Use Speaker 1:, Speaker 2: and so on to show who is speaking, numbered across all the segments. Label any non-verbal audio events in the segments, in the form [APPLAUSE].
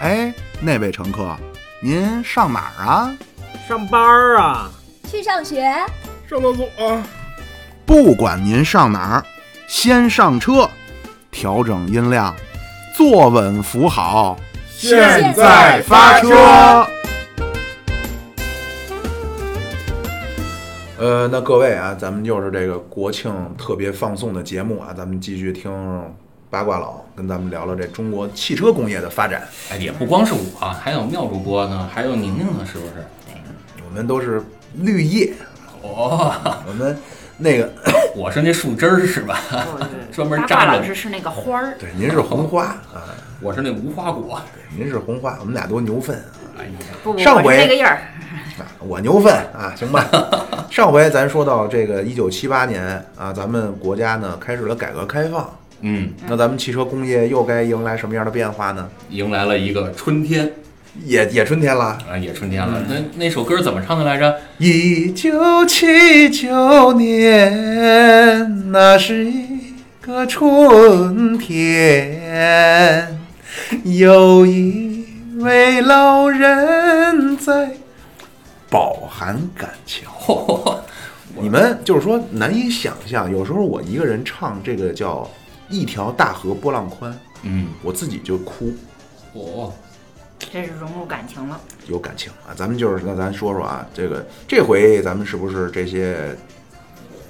Speaker 1: 啊
Speaker 2: 哎那位乘客，您上哪儿啊？
Speaker 3: 上班儿啊，
Speaker 1: 去上学，
Speaker 4: 上厕所啊，
Speaker 2: 不管您上哪儿，先上车，调整音量，坐稳扶好，
Speaker 1: 现在
Speaker 2: 发车。呃，那各位啊，咱们就是这个国庆特别放送的节目啊，咱们继续听八卦佬跟咱们聊聊这中国汽车工业的发展。
Speaker 5: 哎，也不光是我、还有妙主播呢，还有宁宁呢，是不是？
Speaker 2: 我们都是绿叶，
Speaker 5: 哦，
Speaker 2: 我们那个，
Speaker 5: 我是那树枝儿是吧？专门
Speaker 6: 八卦
Speaker 5: 扎
Speaker 6: 老
Speaker 5: 着
Speaker 6: 师是那个花儿
Speaker 2: 对，您是红花啊，
Speaker 5: 我，我是那无花果。
Speaker 2: 您是红花，我们俩多牛粪啊！
Speaker 5: 哎呀，
Speaker 6: 不不，
Speaker 2: 上
Speaker 6: 我
Speaker 2: 回
Speaker 6: 是那个印儿，
Speaker 2: 啊，我牛粪啊，行吧。 [LAUGHS] 上回咱说到这个一九七八年啊，咱们国家呢开始了改革开放，
Speaker 5: 嗯，
Speaker 2: 那咱们汽车工业又该迎来什么样的变化呢？
Speaker 5: 迎来了一个春天
Speaker 2: 也也春天了，
Speaker 5: 啊，也春天了。那那首歌怎么唱的来着？
Speaker 2: 一九七九年，那是一个春天，有一位老人在饱含感情。你们就是说难以想象，有时候我一个人唱这个叫“一条大河波浪宽
Speaker 5: 嗯”，，
Speaker 2: 我自己就哭，
Speaker 5: 哦，
Speaker 6: 这是融入感情了。
Speaker 2: 有感情啊。咱们就是那咱说说啊，这个这回咱们是不是这些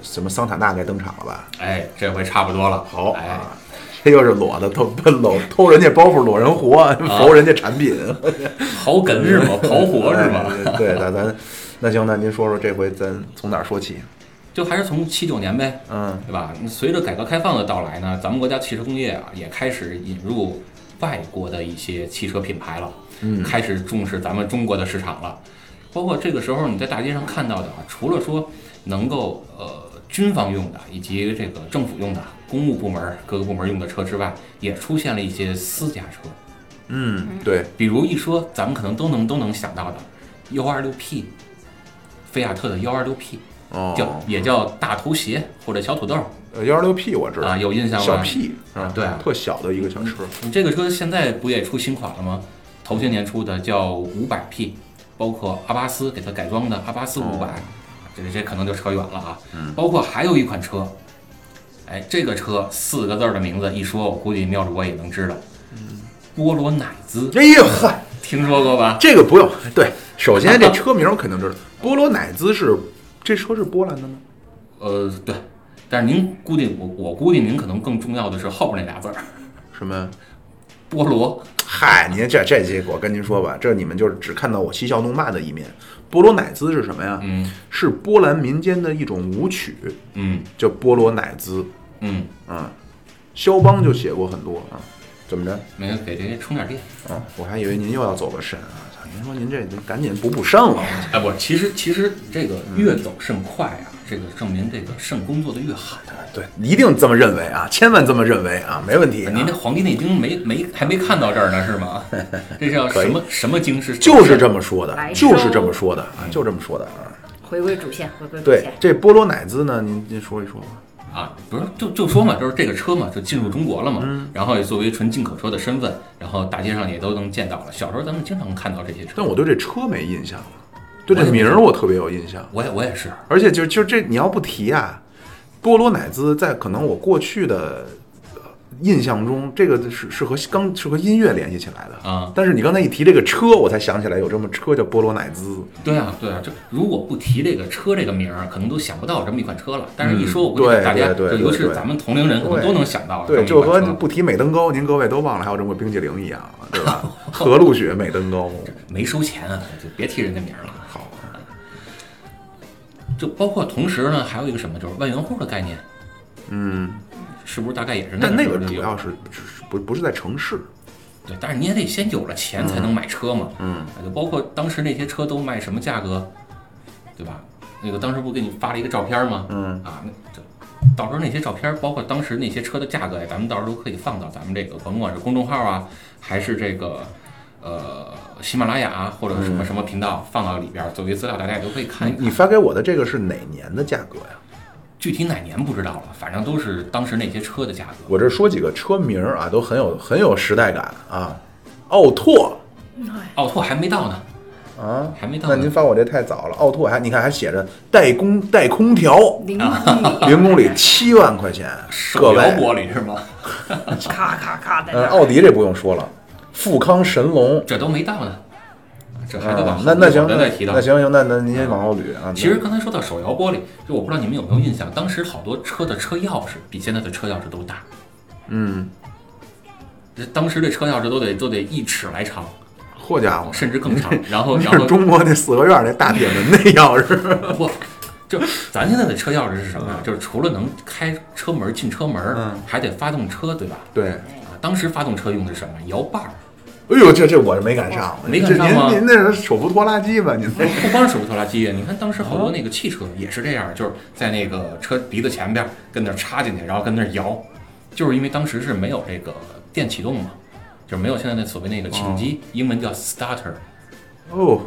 Speaker 2: 什么桑塔纳该登场了吧？
Speaker 5: 哎，这回差不多了。
Speaker 2: 好
Speaker 5: 哎，
Speaker 2: 啊，这又是裸的偷奔搂偷人家包袱裸人活，
Speaker 5: 啊
Speaker 2: 否人家产品，
Speaker 5: 刨根是吗？刨 [LAUGHS] 活是吗？
Speaker 2: 哎？对，那咱那行，那您说说这回咱从哪儿说起？
Speaker 5: 就还是从七九年呗，
Speaker 2: 嗯，
Speaker 5: 对吧？随着改革开放的到来呢，咱们国家汽车工业啊也开始引入外国的一些汽车品牌了，
Speaker 2: 嗯
Speaker 5: 开始重视咱们中国的市场了。包括这个时候你在大街上看到的啊，除了说能够呃军方用的以及这个政府用的公务部门各个部门用的车之外，也出现了一些私家车，
Speaker 2: 嗯，对，
Speaker 5: 比如一说咱们可能都能都能想到的幺二六 P，菲亚特的幺二六 P 叫
Speaker 2: 哦，
Speaker 5: 也叫大头鞋或者小土豆
Speaker 2: 幺二六 P 我知道
Speaker 5: 啊，，有印象吗？
Speaker 2: 小 P 啊，
Speaker 5: 对啊嗯
Speaker 2: 特小的一个小车，
Speaker 5: 你这个车现在不也出新款了吗？头些年出的叫五百 P，包括阿巴斯给它改装的阿巴斯五百、
Speaker 2: 哦
Speaker 5: 这这可能就扯远了啊。
Speaker 2: 嗯
Speaker 5: 包括还有一款车，哎，这个车四个字儿的名字一说，我估计妙主播也能知道，
Speaker 2: 嗯
Speaker 5: 波罗乃兹，
Speaker 2: 哎呦嗨，
Speaker 5: 听说过吧？
Speaker 2: 这个不用。对，首先这车名我肯定知道，波罗乃兹是这车是波兰的吗？
Speaker 5: 呃，对，但是您估计我我估计您可能更重要的是后边那俩字儿，
Speaker 2: 什么？
Speaker 5: 波罗。
Speaker 2: 嗨，您这这这，我跟您说吧，这你们就是只看到我嬉笑怒骂的一面。波罗乃兹是什么呀？
Speaker 5: 嗯
Speaker 2: 是波兰民间的一种舞曲，
Speaker 5: 嗯
Speaker 2: 叫波罗乃兹。
Speaker 5: 嗯，
Speaker 2: 嗯，肖邦就写过很多啊。怎么着？
Speaker 5: 没有给这充点电。
Speaker 2: 嗯，我还以为您又要走个肾啊！操您说您这得赶紧补补肾了。
Speaker 5: 哎，不，其实其实这个
Speaker 2: 嗯
Speaker 5: 越走肾快啊，这个证明这个肾工作的越啊好。
Speaker 2: 对，一定这么认为啊，千万这么认为啊，没问题、啊。
Speaker 5: 您这《黄帝内经没》没还没看到这儿呢，是
Speaker 2: [LAUGHS]
Speaker 5: 吗？这叫
Speaker 2: 可以
Speaker 5: 什么什么经是？
Speaker 2: 就是这么说的
Speaker 6: 来，收
Speaker 2: 就是这么说的啊，就这么说的啊。
Speaker 6: 回归主线，回归主
Speaker 2: 对
Speaker 6: 线，。
Speaker 2: 这波罗乃兹呢，您您说一说吧。
Speaker 5: 啊，不是就就说嘛，就是这个车嘛，就进入中国了嘛，
Speaker 2: 嗯
Speaker 5: 然后也作为纯进口车的身份，然后大街上也都能见到了。小时候咱们经常看到这些车
Speaker 2: 但，我对这车没印象了，对这名儿我特别有印象。
Speaker 5: 我也我也是，
Speaker 2: 而且就就这，你要不提啊，波罗乃兹在可能我过去的呃印象中，这个是是和刚是和音乐联系起来的
Speaker 5: 啊
Speaker 2: 但是你刚才一提这个车，我才想起来有这么车叫波罗乃兹。
Speaker 5: 对啊对啊，就如果不提这个车这个名儿，可能都想不到有这么一款车了。但是一说，我估
Speaker 2: 嗯对
Speaker 5: 计大家
Speaker 2: 对
Speaker 5: 就
Speaker 2: 对
Speaker 5: 尤
Speaker 2: 对
Speaker 5: 其是
Speaker 2: 对
Speaker 5: 咱们同龄人，可能
Speaker 2: 对
Speaker 5: 都能想到
Speaker 2: 对，
Speaker 5: 这么
Speaker 2: 就
Speaker 5: 一
Speaker 2: 和
Speaker 5: 款车
Speaker 2: 不提美登高，您各位都忘了还有这么个冰淇淋一样了，对吧？ [LAUGHS] 和路雪美登高，
Speaker 5: 没收钱啊，就别提人家名儿了。
Speaker 2: 好，
Speaker 5: 就包括同时呢，还有一个什么，就是万元户的概念，
Speaker 2: 嗯。
Speaker 5: 是不是大概也是
Speaker 2: 但那
Speaker 5: 那时候
Speaker 2: 个
Speaker 5: 就
Speaker 2: 主
Speaker 5: 有
Speaker 2: 要是是是不不是在城市，
Speaker 5: 对，但是你也得先有了钱才能买车嘛。啊
Speaker 2: 嗯，
Speaker 5: 就包括当时那些车都卖什么价格，对吧？那个当时不给你发了一个照片吗？
Speaker 2: 嗯
Speaker 5: 啊，那这到时候那些照片，包括当时那些车的价格呀，咱们到时候都可以放到咱们这个甭管是公众号啊，还是这个呃喜马拉雅啊或者什么什么频道放到里边儿作为资料，大家也都可以看一看。
Speaker 2: 嗯你发给我的这个是哪年的价格呀？
Speaker 5: 具体哪年不知道了，反正都是当时那些车的价格。
Speaker 2: 我这说几个车名儿啊，都很有很有时代感啊，奥拓，
Speaker 5: 奥拓还没到呢，
Speaker 2: 啊，
Speaker 5: 还没到
Speaker 2: 那您
Speaker 5: 呢。
Speaker 2: 发我这太早了。奥拓还你看还写着带空带空调，
Speaker 6: 零
Speaker 5: 啊
Speaker 6: 公里，
Speaker 2: 零公里七万块钱，各
Speaker 5: 手摇
Speaker 2: 位，
Speaker 5: 玻璃是吗？
Speaker 6: 咔咔咔在那
Speaker 2: 嗯，
Speaker 6: 儿。
Speaker 2: 奥迪这不用说了，富康神龙，
Speaker 5: 这都没到呢，这还得往
Speaker 2: 啊
Speaker 5: 后、，
Speaker 2: 那那行，
Speaker 5: 咱再提到
Speaker 2: 那。行行，那那您先往后捋啊。
Speaker 5: 其实刚才说到手摇玻璃，就我不知道你们有没有印象，当时好多车的车钥匙比现在的车钥匙都大，
Speaker 2: 嗯，
Speaker 5: 这当时这车钥匙都得都得一尺来长，
Speaker 2: 好家伙，
Speaker 5: 甚至更长。然后
Speaker 2: 您
Speaker 5: 然
Speaker 2: 是
Speaker 5: 后
Speaker 2: 哦
Speaker 5: [LAUGHS]
Speaker 2: 中国 [LAUGHS] 那四合院那大铁门那钥匙， [LAUGHS]
Speaker 5: 不，就咱现在的车钥匙是什么呀？就是除了能开车门进车门，
Speaker 2: 嗯
Speaker 5: 还得发动车，对吧？
Speaker 2: 对，
Speaker 5: 啊，当时发动车用的是什么？摇把儿，
Speaker 2: 哎呦，这这我是没赶上，
Speaker 5: 哦没赶上吗
Speaker 2: 这您您那是手扶拖拉机
Speaker 5: [LAUGHS]
Speaker 2: 吧？您那
Speaker 5: 不光是手扶拖拉机，你看当时好多那个汽车也是这样，就是在那个车鼻子前边儿跟那儿插进去，然后跟那儿摇，就是因为当时是没有这个电启动嘛，就是没有现在的所谓那个启动机，英文叫 starter，
Speaker 2: 哦，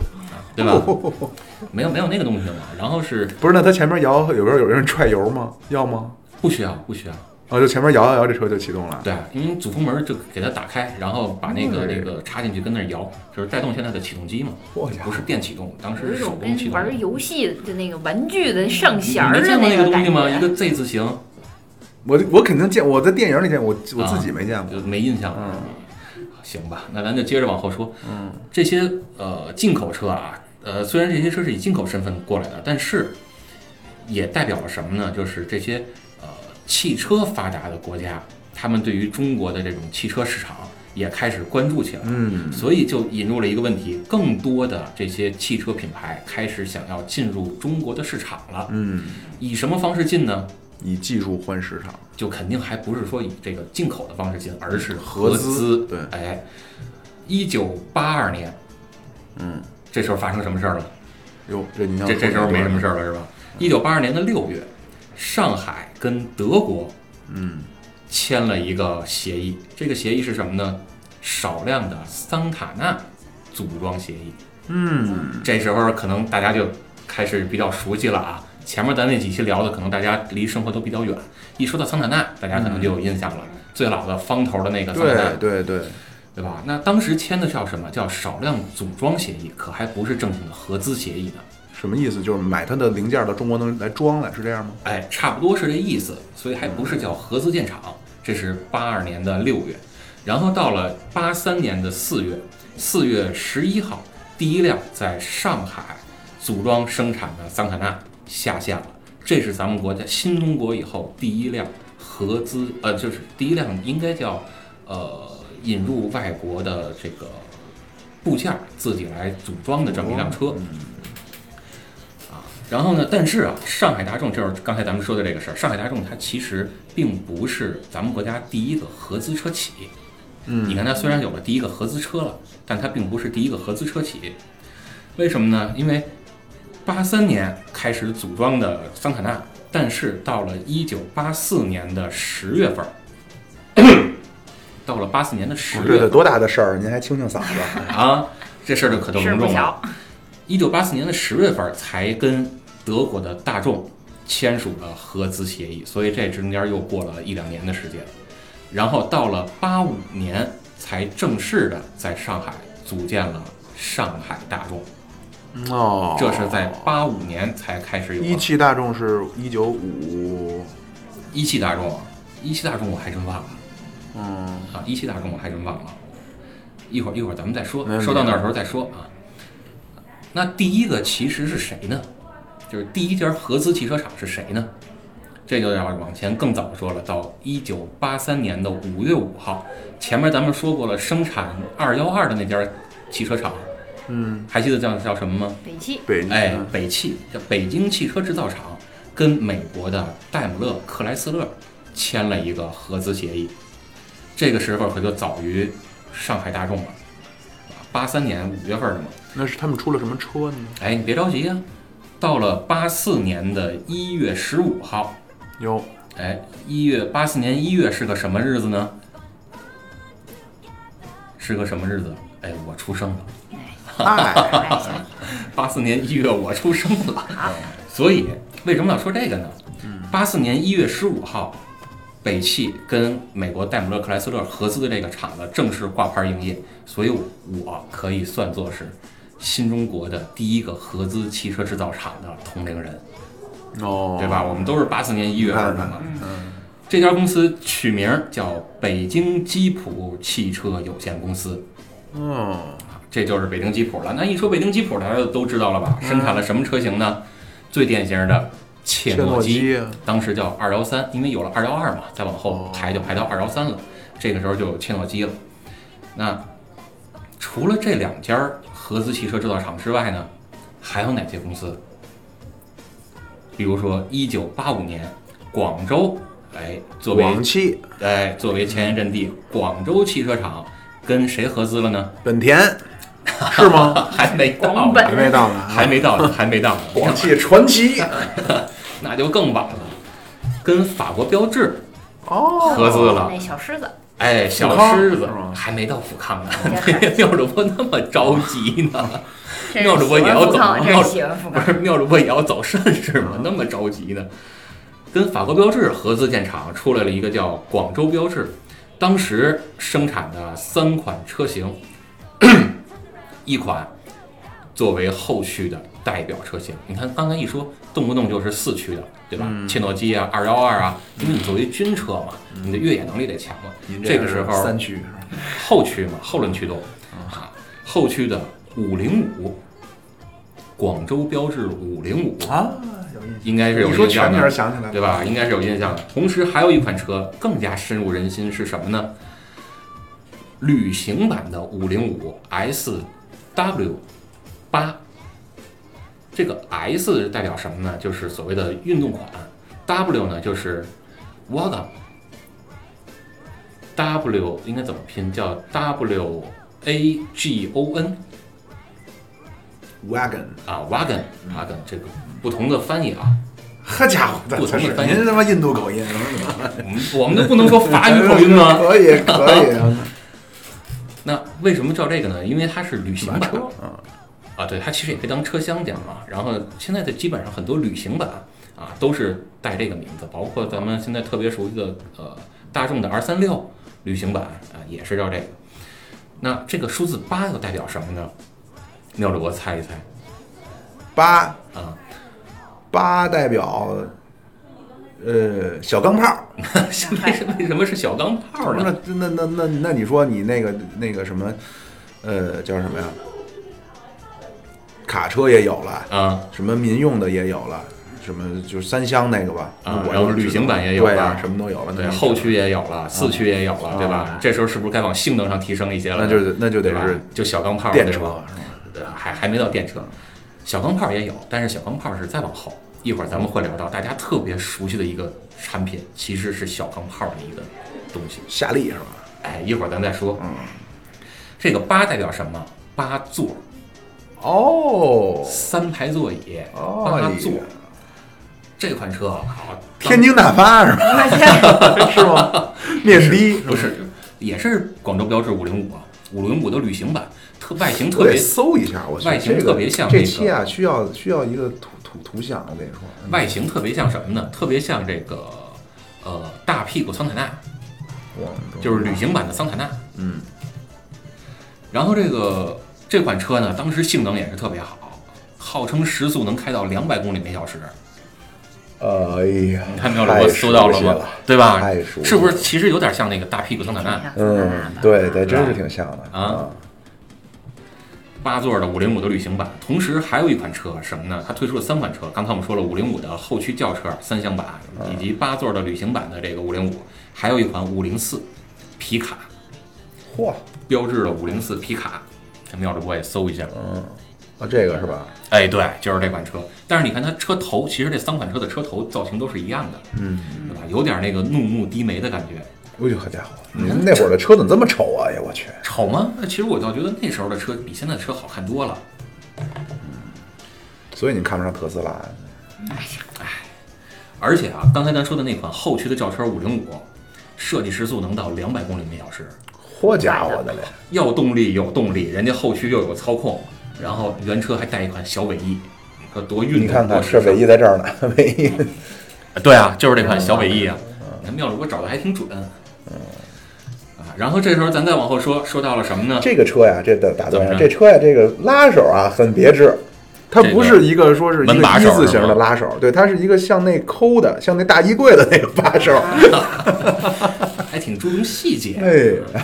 Speaker 5: 对吧？
Speaker 2: 哦
Speaker 5: 没有没有那个东西了嘛。然后是
Speaker 2: 不是，那它前面摇，有时候有人踹油吗？要吗？
Speaker 5: 不需要不需要，
Speaker 2: 哦，就前面摇摇摇，这车就启动了。
Speaker 5: 对，啊因为主风门就给它打开，然后把那个
Speaker 2: 嗯
Speaker 5: 那个插进去跟那儿摇，就是带动现在的启动机嘛，
Speaker 2: 我家伙
Speaker 5: 不是电启动，当
Speaker 6: 有
Speaker 5: 时
Speaker 6: 一
Speaker 5: 是手
Speaker 6: 种
Speaker 5: 工启动
Speaker 6: 跟
Speaker 5: 的。
Speaker 6: 玩游戏的那个玩具的上
Speaker 5: 你
Speaker 6: 弦
Speaker 5: 你
Speaker 6: 儿
Speaker 5: 没
Speaker 6: 的
Speaker 5: 见过那个东
Speaker 6: 感
Speaker 5: 西吗？一
Speaker 6: 觉。
Speaker 5: 个 Z 字形，
Speaker 2: 我我肯定见，我在电影里见，我我
Speaker 5: 啊
Speaker 2: 自己没见过。
Speaker 5: 就没印象了。
Speaker 2: 嗯
Speaker 5: 行吧，那咱就接着往后说。嗯，这些呃进口车啊，呃虽然这些车是以进口身份过来的，但是也代表了什么呢？就是这些呃汽车发达的国家，他们对于中国的这种汽车市场也开始关注起来。
Speaker 2: 嗯，
Speaker 5: 所以就引入了一个问题，更多的这些汽车品牌开始想要进入中国的市场了。
Speaker 2: 嗯，
Speaker 5: 以什么方式进呢？
Speaker 2: 以技术换市场，
Speaker 5: 就肯定还不是说以这个进口的方式进，而是
Speaker 2: 合
Speaker 5: 资。
Speaker 2: 资对
Speaker 5: 哎，一九八二年，
Speaker 2: 嗯，
Speaker 5: 这时候发生什么事儿了？
Speaker 2: 哟，这你像
Speaker 5: 这这时候没什么事儿了是吧？
Speaker 2: 嗯
Speaker 5: 一九八二年的六月，上海跟德国
Speaker 2: 嗯，
Speaker 5: 签了一个协议，这个协议是什么呢？少量的桑塔纳组装协议。
Speaker 2: 嗯
Speaker 5: 这时候可能大家就开始比较熟悉了啊。前面咱那几期聊的，可能大家离生活都比较远。一说到桑塔纳，大家可能就有印象了，最老的方头的那个桑塔纳，
Speaker 2: 对对对，
Speaker 5: 对吧？那当时签的叫什么？叫少量组装协议，可还不是正经的合资协议呢。
Speaker 2: 什么意思？就是买它的零件到中国能来装来，是这样吗？
Speaker 5: 哎，差不多是这意思，所以还不是叫合资建厂。这是八二年的六月，然后到了八三年的四月，四月十一号，第一辆在上海组装生产的桑塔纳下线了。这是咱们国家新中国以后第一辆合资，呃，就是第一辆应该叫呃引入外国的这个部件儿自己来组装的这么一辆车。啊然后呢，但是啊，上海大众就是刚才咱们说的这个事儿，上海大众它其实并不是咱们国家第一个合资车企。嗯，你看它虽然有了第一个合资车了，但它并不是第一个合资车企。为什么呢？因为八三年开始组装的桑塔纳，但是到了一九八四年的十月份儿，到了八四年的十
Speaker 2: 哦对
Speaker 5: 月
Speaker 2: 对，
Speaker 5: 份
Speaker 2: 多大的事儿，您还清清嗓子。
Speaker 5: 儿啊，这事儿就可就
Speaker 6: 事儿
Speaker 5: 隆
Speaker 6: 不
Speaker 5: 重了。
Speaker 6: 小，
Speaker 5: 一九八四年的十月份才跟德国的大众签署了合资协议，所以这中间又过了一两年的时间，然后到了八五年才正式的在上海组建了上海大众，
Speaker 2: 哦
Speaker 5: [LAUGHS] 这是在八五年才开始有
Speaker 2: 一
Speaker 5: 了
Speaker 2: 汽大众是一九五，
Speaker 5: 一汽大众啊，一汽大众我还真忘了
Speaker 2: 嗯，
Speaker 5: 啊，一汽大众我还真忘了，一会儿一会儿咱们再说
Speaker 2: 没问，题
Speaker 5: 说到那时候再说啊。那第一个其实是谁呢？就是第一家合资汽车厂是谁呢？这就要往前更早说了，到一九八三年的五月五号，前面咱们说过了，生产二幺二的那家汽车厂，嗯，还记得叫叫什么吗？
Speaker 6: 北汽
Speaker 2: 北
Speaker 5: 哎，北汽叫北京汽车制造厂跟美国的戴姆勒克莱斯勒签了一个合资协议，这个时候可就早于上海大众了，八三年五月份的嘛。
Speaker 2: 那是他们出了什么车呢？
Speaker 5: 哎，你别着急呀、到了八四年的一月十五号，
Speaker 2: 哟，
Speaker 5: 哎，一月八四年一月是个什么日子呢？是个什么日子？哎，我出生了。
Speaker 2: 哎，
Speaker 6: 哎行
Speaker 5: 八四年一月我出生了，所以为什么要说这个呢？八四年一月十五号，北汽跟美国戴姆勒克莱斯勒合资的这个厂子正式挂牌营业，所以我可以算作是新中国的第一个合资汽车制造厂的同龄人，
Speaker 2: [LAUGHS] 哦，
Speaker 5: 对吧？我们都是八四年一月份的嘛。
Speaker 2: 嗯，
Speaker 5: 这家公司取名叫北京吉普汽车有限公司，
Speaker 2: 哦，
Speaker 5: 这就是北京吉普了。那一说北京吉普，大家都知道了吧？生产了什么车型呢？最典型的切
Speaker 2: 切诺
Speaker 5: 诺基，啊
Speaker 2: 基，
Speaker 5: 当时叫二幺三，因为有了二幺二嘛，再往
Speaker 2: 哦
Speaker 5: 后排就排到二幺三了，这个时候就有切诺基了。那除了这两家合资汽车制造厂之外呢，还有哪些公司？比如说，一九八五年，广州，哎，作为
Speaker 2: 广汽、
Speaker 5: 哎作为前沿阵地，广州汽车厂跟谁合资了呢？
Speaker 2: 本
Speaker 5: [LAUGHS]
Speaker 2: 田，是吗？
Speaker 5: 还没到
Speaker 6: 广
Speaker 5: 呢，
Speaker 6: 本
Speaker 2: 还没到呢，
Speaker 5: 还没到呢， [LAUGHS] 还没到呢，
Speaker 2: 广汽传
Speaker 5: [LAUGHS]
Speaker 2: 祺，
Speaker 5: 那就更晚了，跟法国标致
Speaker 2: 哦，
Speaker 5: 合资了。
Speaker 6: 那小狮子，
Speaker 5: 哎，
Speaker 2: 富
Speaker 5: 小
Speaker 2: 康
Speaker 5: 狮
Speaker 2: 是
Speaker 5: 子
Speaker 2: 吗
Speaker 5: 还没到富康呢
Speaker 6: 哎，
Speaker 5: [LAUGHS] 妙主播那么着急呢？
Speaker 6: 真
Speaker 5: 妙
Speaker 6: 是
Speaker 5: 主
Speaker 6: 喜
Speaker 5: 播也
Speaker 6: 欢
Speaker 5: [LAUGHS] 要啊
Speaker 6: 富
Speaker 5: 走
Speaker 6: 康，
Speaker 5: 了
Speaker 6: 真是喜欢富
Speaker 5: 不 [LAUGHS]
Speaker 6: 康。
Speaker 5: 是，妙主播也要走顺势
Speaker 2: 啊
Speaker 5: 吗？那么着急呢？跟法国标致合资建厂，出来了一个叫广州标致，当时生产的三款车型，一款作为后续的代表车型。你看刚才一说，动不动就是四驱的，对吧？
Speaker 2: 嗯
Speaker 5: 切诺基啊，二幺二啊，因为你作为军车嘛，你的越野能力得强嘛。
Speaker 2: 您
Speaker 5: 这个时候
Speaker 2: 三驱是吧？
Speaker 5: 后驱嘛，后轮驱动
Speaker 2: 嗯
Speaker 5: 啊，后驱的五零五，广州标致五零五，
Speaker 2: 啊，有印象。
Speaker 5: 应该是有
Speaker 2: 你说
Speaker 5: 印
Speaker 2: 全
Speaker 5: 象
Speaker 2: 名儿
Speaker 5: 的，
Speaker 2: 想起来了，
Speaker 5: 对吧？应该是有印象的。同时还有一款车更加深入人心是什么呢？旅行版的五零五 S W 八，这个 S 代表什么呢？就是所谓的运动款，W 呢就是 Waga。W 应该怎么拼？叫 W A G O N
Speaker 2: ？Wagon，
Speaker 5: 啊，wagon wagon 这个不同的翻译啊，
Speaker 2: 好家伙，
Speaker 5: 不同
Speaker 2: 这
Speaker 5: 的
Speaker 2: 是
Speaker 5: 翻译
Speaker 2: 您他妈印度口
Speaker 5: [LAUGHS]
Speaker 2: 音，
Speaker 5: 我们我们都不能说法语口音吗？
Speaker 2: 可以，可
Speaker 5: [LAUGHS]
Speaker 2: 以啊。
Speaker 5: 那为什么叫这个呢？因为它是旅行版
Speaker 2: 马车嗯
Speaker 5: 啊，对，它其实也可以当车厢讲啊。然后现在的基本上很多旅行版啊都是带这个名字，包括咱们现在特别熟悉的呃大众的 R 三六旅行版啊也是叫这个。那这个数字八又代表什么呢？妙主播猜一猜
Speaker 2: 八
Speaker 5: 啊，
Speaker 2: 八代表，呃，小钢炮。
Speaker 5: 为什么为什么是小钢炮呢？
Speaker 2: 那那那那那你说你那个那个什么，呃，叫什么呀？卡车也有了，
Speaker 5: 啊，
Speaker 2: 什么民用的也有了，什么就是三厢那个吧，
Speaker 5: 啊
Speaker 2: 我
Speaker 5: 然后
Speaker 2: 就知
Speaker 5: 旅行版也有
Speaker 2: 对啊
Speaker 5: 吧，
Speaker 2: 什么都有了。
Speaker 5: 对，
Speaker 2: 那就
Speaker 5: 后驱也有了，四驱也有了，对
Speaker 2: 啊
Speaker 5: 吧？这时候是不是该往性能上提升一些了
Speaker 2: 那
Speaker 5: 呢？
Speaker 2: 就是那就得
Speaker 5: 对吧
Speaker 2: 是
Speaker 5: 就小钢炮
Speaker 2: 电
Speaker 5: 对
Speaker 2: 车
Speaker 5: 吧
Speaker 2: 是吧？
Speaker 5: 呃还还没到电车，小钢炮也有，但是小钢炮是再往后。一会儿咱们会聊到大家特别熟悉的一个产品，其实是小钢炮的一个东西。
Speaker 2: 夏利是吧？
Speaker 5: 哎，一会儿咱再说。
Speaker 2: 嗯，
Speaker 5: 这个八代表什么？八座，
Speaker 2: 哦，
Speaker 5: 三排座椅，
Speaker 2: 哦
Speaker 5: 八
Speaker 2: 哎
Speaker 5: 座
Speaker 2: 呀。
Speaker 5: 这款车啊，
Speaker 2: 天津大发是吧？ [LAUGHS] 是吗？面嗯的
Speaker 5: 不是，也是广州标致五零五啊，五零五的旅行版，特外形特
Speaker 2: 我得
Speaker 5: 别
Speaker 2: 搜一下，我去
Speaker 5: 外形
Speaker 2: 这个
Speaker 5: 特别像
Speaker 2: 这
Speaker 5: 那
Speaker 2: 期
Speaker 5: 个
Speaker 2: 啊，需要需要一个图图图像，我跟你说，
Speaker 5: 外形特别像什么呢？特别像这个呃大屁股桑塔纳，
Speaker 2: 我
Speaker 5: 就是旅行版的桑塔纳。
Speaker 2: 嗯，
Speaker 5: 然后这个这款车呢，当时性能也是特别好，号称时速能开到两百公里每小时。
Speaker 2: 哎呀，
Speaker 5: 你看嗯没有，我搜到
Speaker 2: 太熟悉
Speaker 5: 吗
Speaker 2: 了？
Speaker 5: 对吧？
Speaker 2: 太熟悉了
Speaker 5: 是不是其实有点像那个大屁股桑塔
Speaker 6: 哎
Speaker 5: 纳？
Speaker 6: 啊
Speaker 2: 嗯，对对，真是挺像的
Speaker 5: 啊八座的五零五的旅行版，同时还有一款车什么呢？它推出了三款车，刚才我们说了五零五的后驱轿车三厢版，
Speaker 2: 嗯
Speaker 5: 以及八座的旅行版的这个五零五，还有一款五零四皮卡，
Speaker 2: 嚯
Speaker 5: 标志了五零四皮卡。这妙主播也搜一下，
Speaker 2: 啊，这个是吧？
Speaker 5: 哎，对，就是这款车。但是你看它车头，其实这三款车的车头造型都是一样的，
Speaker 2: 嗯，
Speaker 5: 对吧？有点那个怒目低眉的感觉，
Speaker 2: 哎呦，好家伙，你们那会儿的车怎么这么丑啊？哎呀，我去，
Speaker 5: 丑吗？那其实我倒觉得那时候的车比现在的车好看多了。
Speaker 2: 所以你看不上特斯拉，
Speaker 6: 哎
Speaker 5: 而且啊，刚才咱说的那款后驱的轿车五零五，设计时速能到两百公里每小时，
Speaker 2: 嚯家伙的嘞！
Speaker 5: 要动力有动力，人家后驱又有操控，然后原车还带一款小尾翼，可多运动！
Speaker 2: 你看看，
Speaker 5: 多时
Speaker 2: [LAUGHS]
Speaker 5: 尚
Speaker 2: 是唯一在这儿呢，唯一
Speaker 5: 对啊，就是这款小尾翼啊。那妙主播找的还挺准。啊，然后这时候咱再往后说，说到了什么呢？
Speaker 2: 这个车呀，这的打断一
Speaker 5: 怎
Speaker 2: 下，
Speaker 5: 么
Speaker 2: 这
Speaker 5: 着
Speaker 2: 车呀，这个拉手啊很别致，它
Speaker 5: 这个
Speaker 2: 不是一个说是一个
Speaker 5: 门把
Speaker 2: 一
Speaker 5: 手
Speaker 2: 字
Speaker 5: 是
Speaker 2: 形
Speaker 5: 吗
Speaker 2: 的拉手，对，它是一个向内抠的，像那大衣柜的那个把 [LAUGHS] 手。
Speaker 5: 还挺注重细节。
Speaker 2: 哎，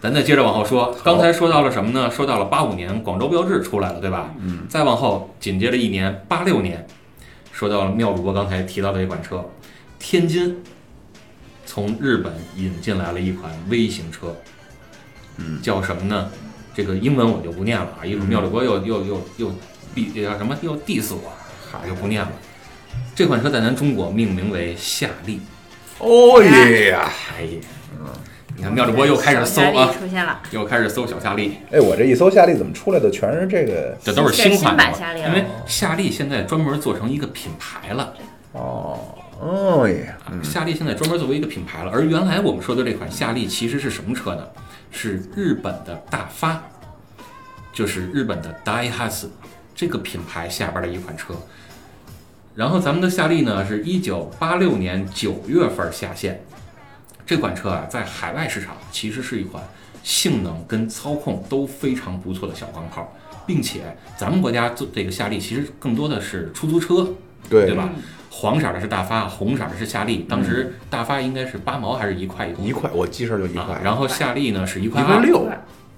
Speaker 5: 咱再接着往后说，刚才说到了什么呢？说到了八五年广州标志出来了，对吧？嗯。再往后，紧接着一年八六年，说到了妙主播刚才提到的一款车，天津从日本引进来了一款微型车，嗯，叫什么呢？这个英文我就不念了啊，一会儿妙主播又又又又必这叫什么又 diss 我，哈，就不念了。这款车在咱中国命名为夏利，
Speaker 2: 哦呀，
Speaker 5: 哎呀，你看妙主播又开始搜
Speaker 6: 小夏
Speaker 5: 啊
Speaker 6: 利，出现了，
Speaker 5: 又开始搜小夏利。
Speaker 2: 哎，我这一搜夏利怎么出来的全是这个？
Speaker 5: 这都是
Speaker 6: 这是
Speaker 5: 款
Speaker 6: 新版夏利
Speaker 5: 的，
Speaker 6: 了
Speaker 5: 因为夏利现在专门做成一个品牌了，
Speaker 2: 哦，哦呀，
Speaker 5: 啊夏利现在专门作为一个品牌了。而原来我们说的这款夏利其实是什么车呢？是日本的大发，就是日本的 Daihatsu 这个品牌下边的一款车。然后咱们的夏利呢，是一九八六年九月份下线。这款车啊，在海外市场其实是一款性能跟操控都非常不错的小钢炮，并且咱们国家做这个夏利其实更多的是出租车，
Speaker 2: 对
Speaker 5: 对吧？黄色的是大发，红色的是夏利。当时大发应该是八毛还是一块一
Speaker 2: 嗯
Speaker 5: 公
Speaker 2: 一
Speaker 5: 里
Speaker 2: 块，我记事儿就一
Speaker 5: 啊
Speaker 2: 块，
Speaker 5: 然后夏利呢是一
Speaker 2: 一
Speaker 5: 块
Speaker 2: 块
Speaker 5: 二，
Speaker 2: 六，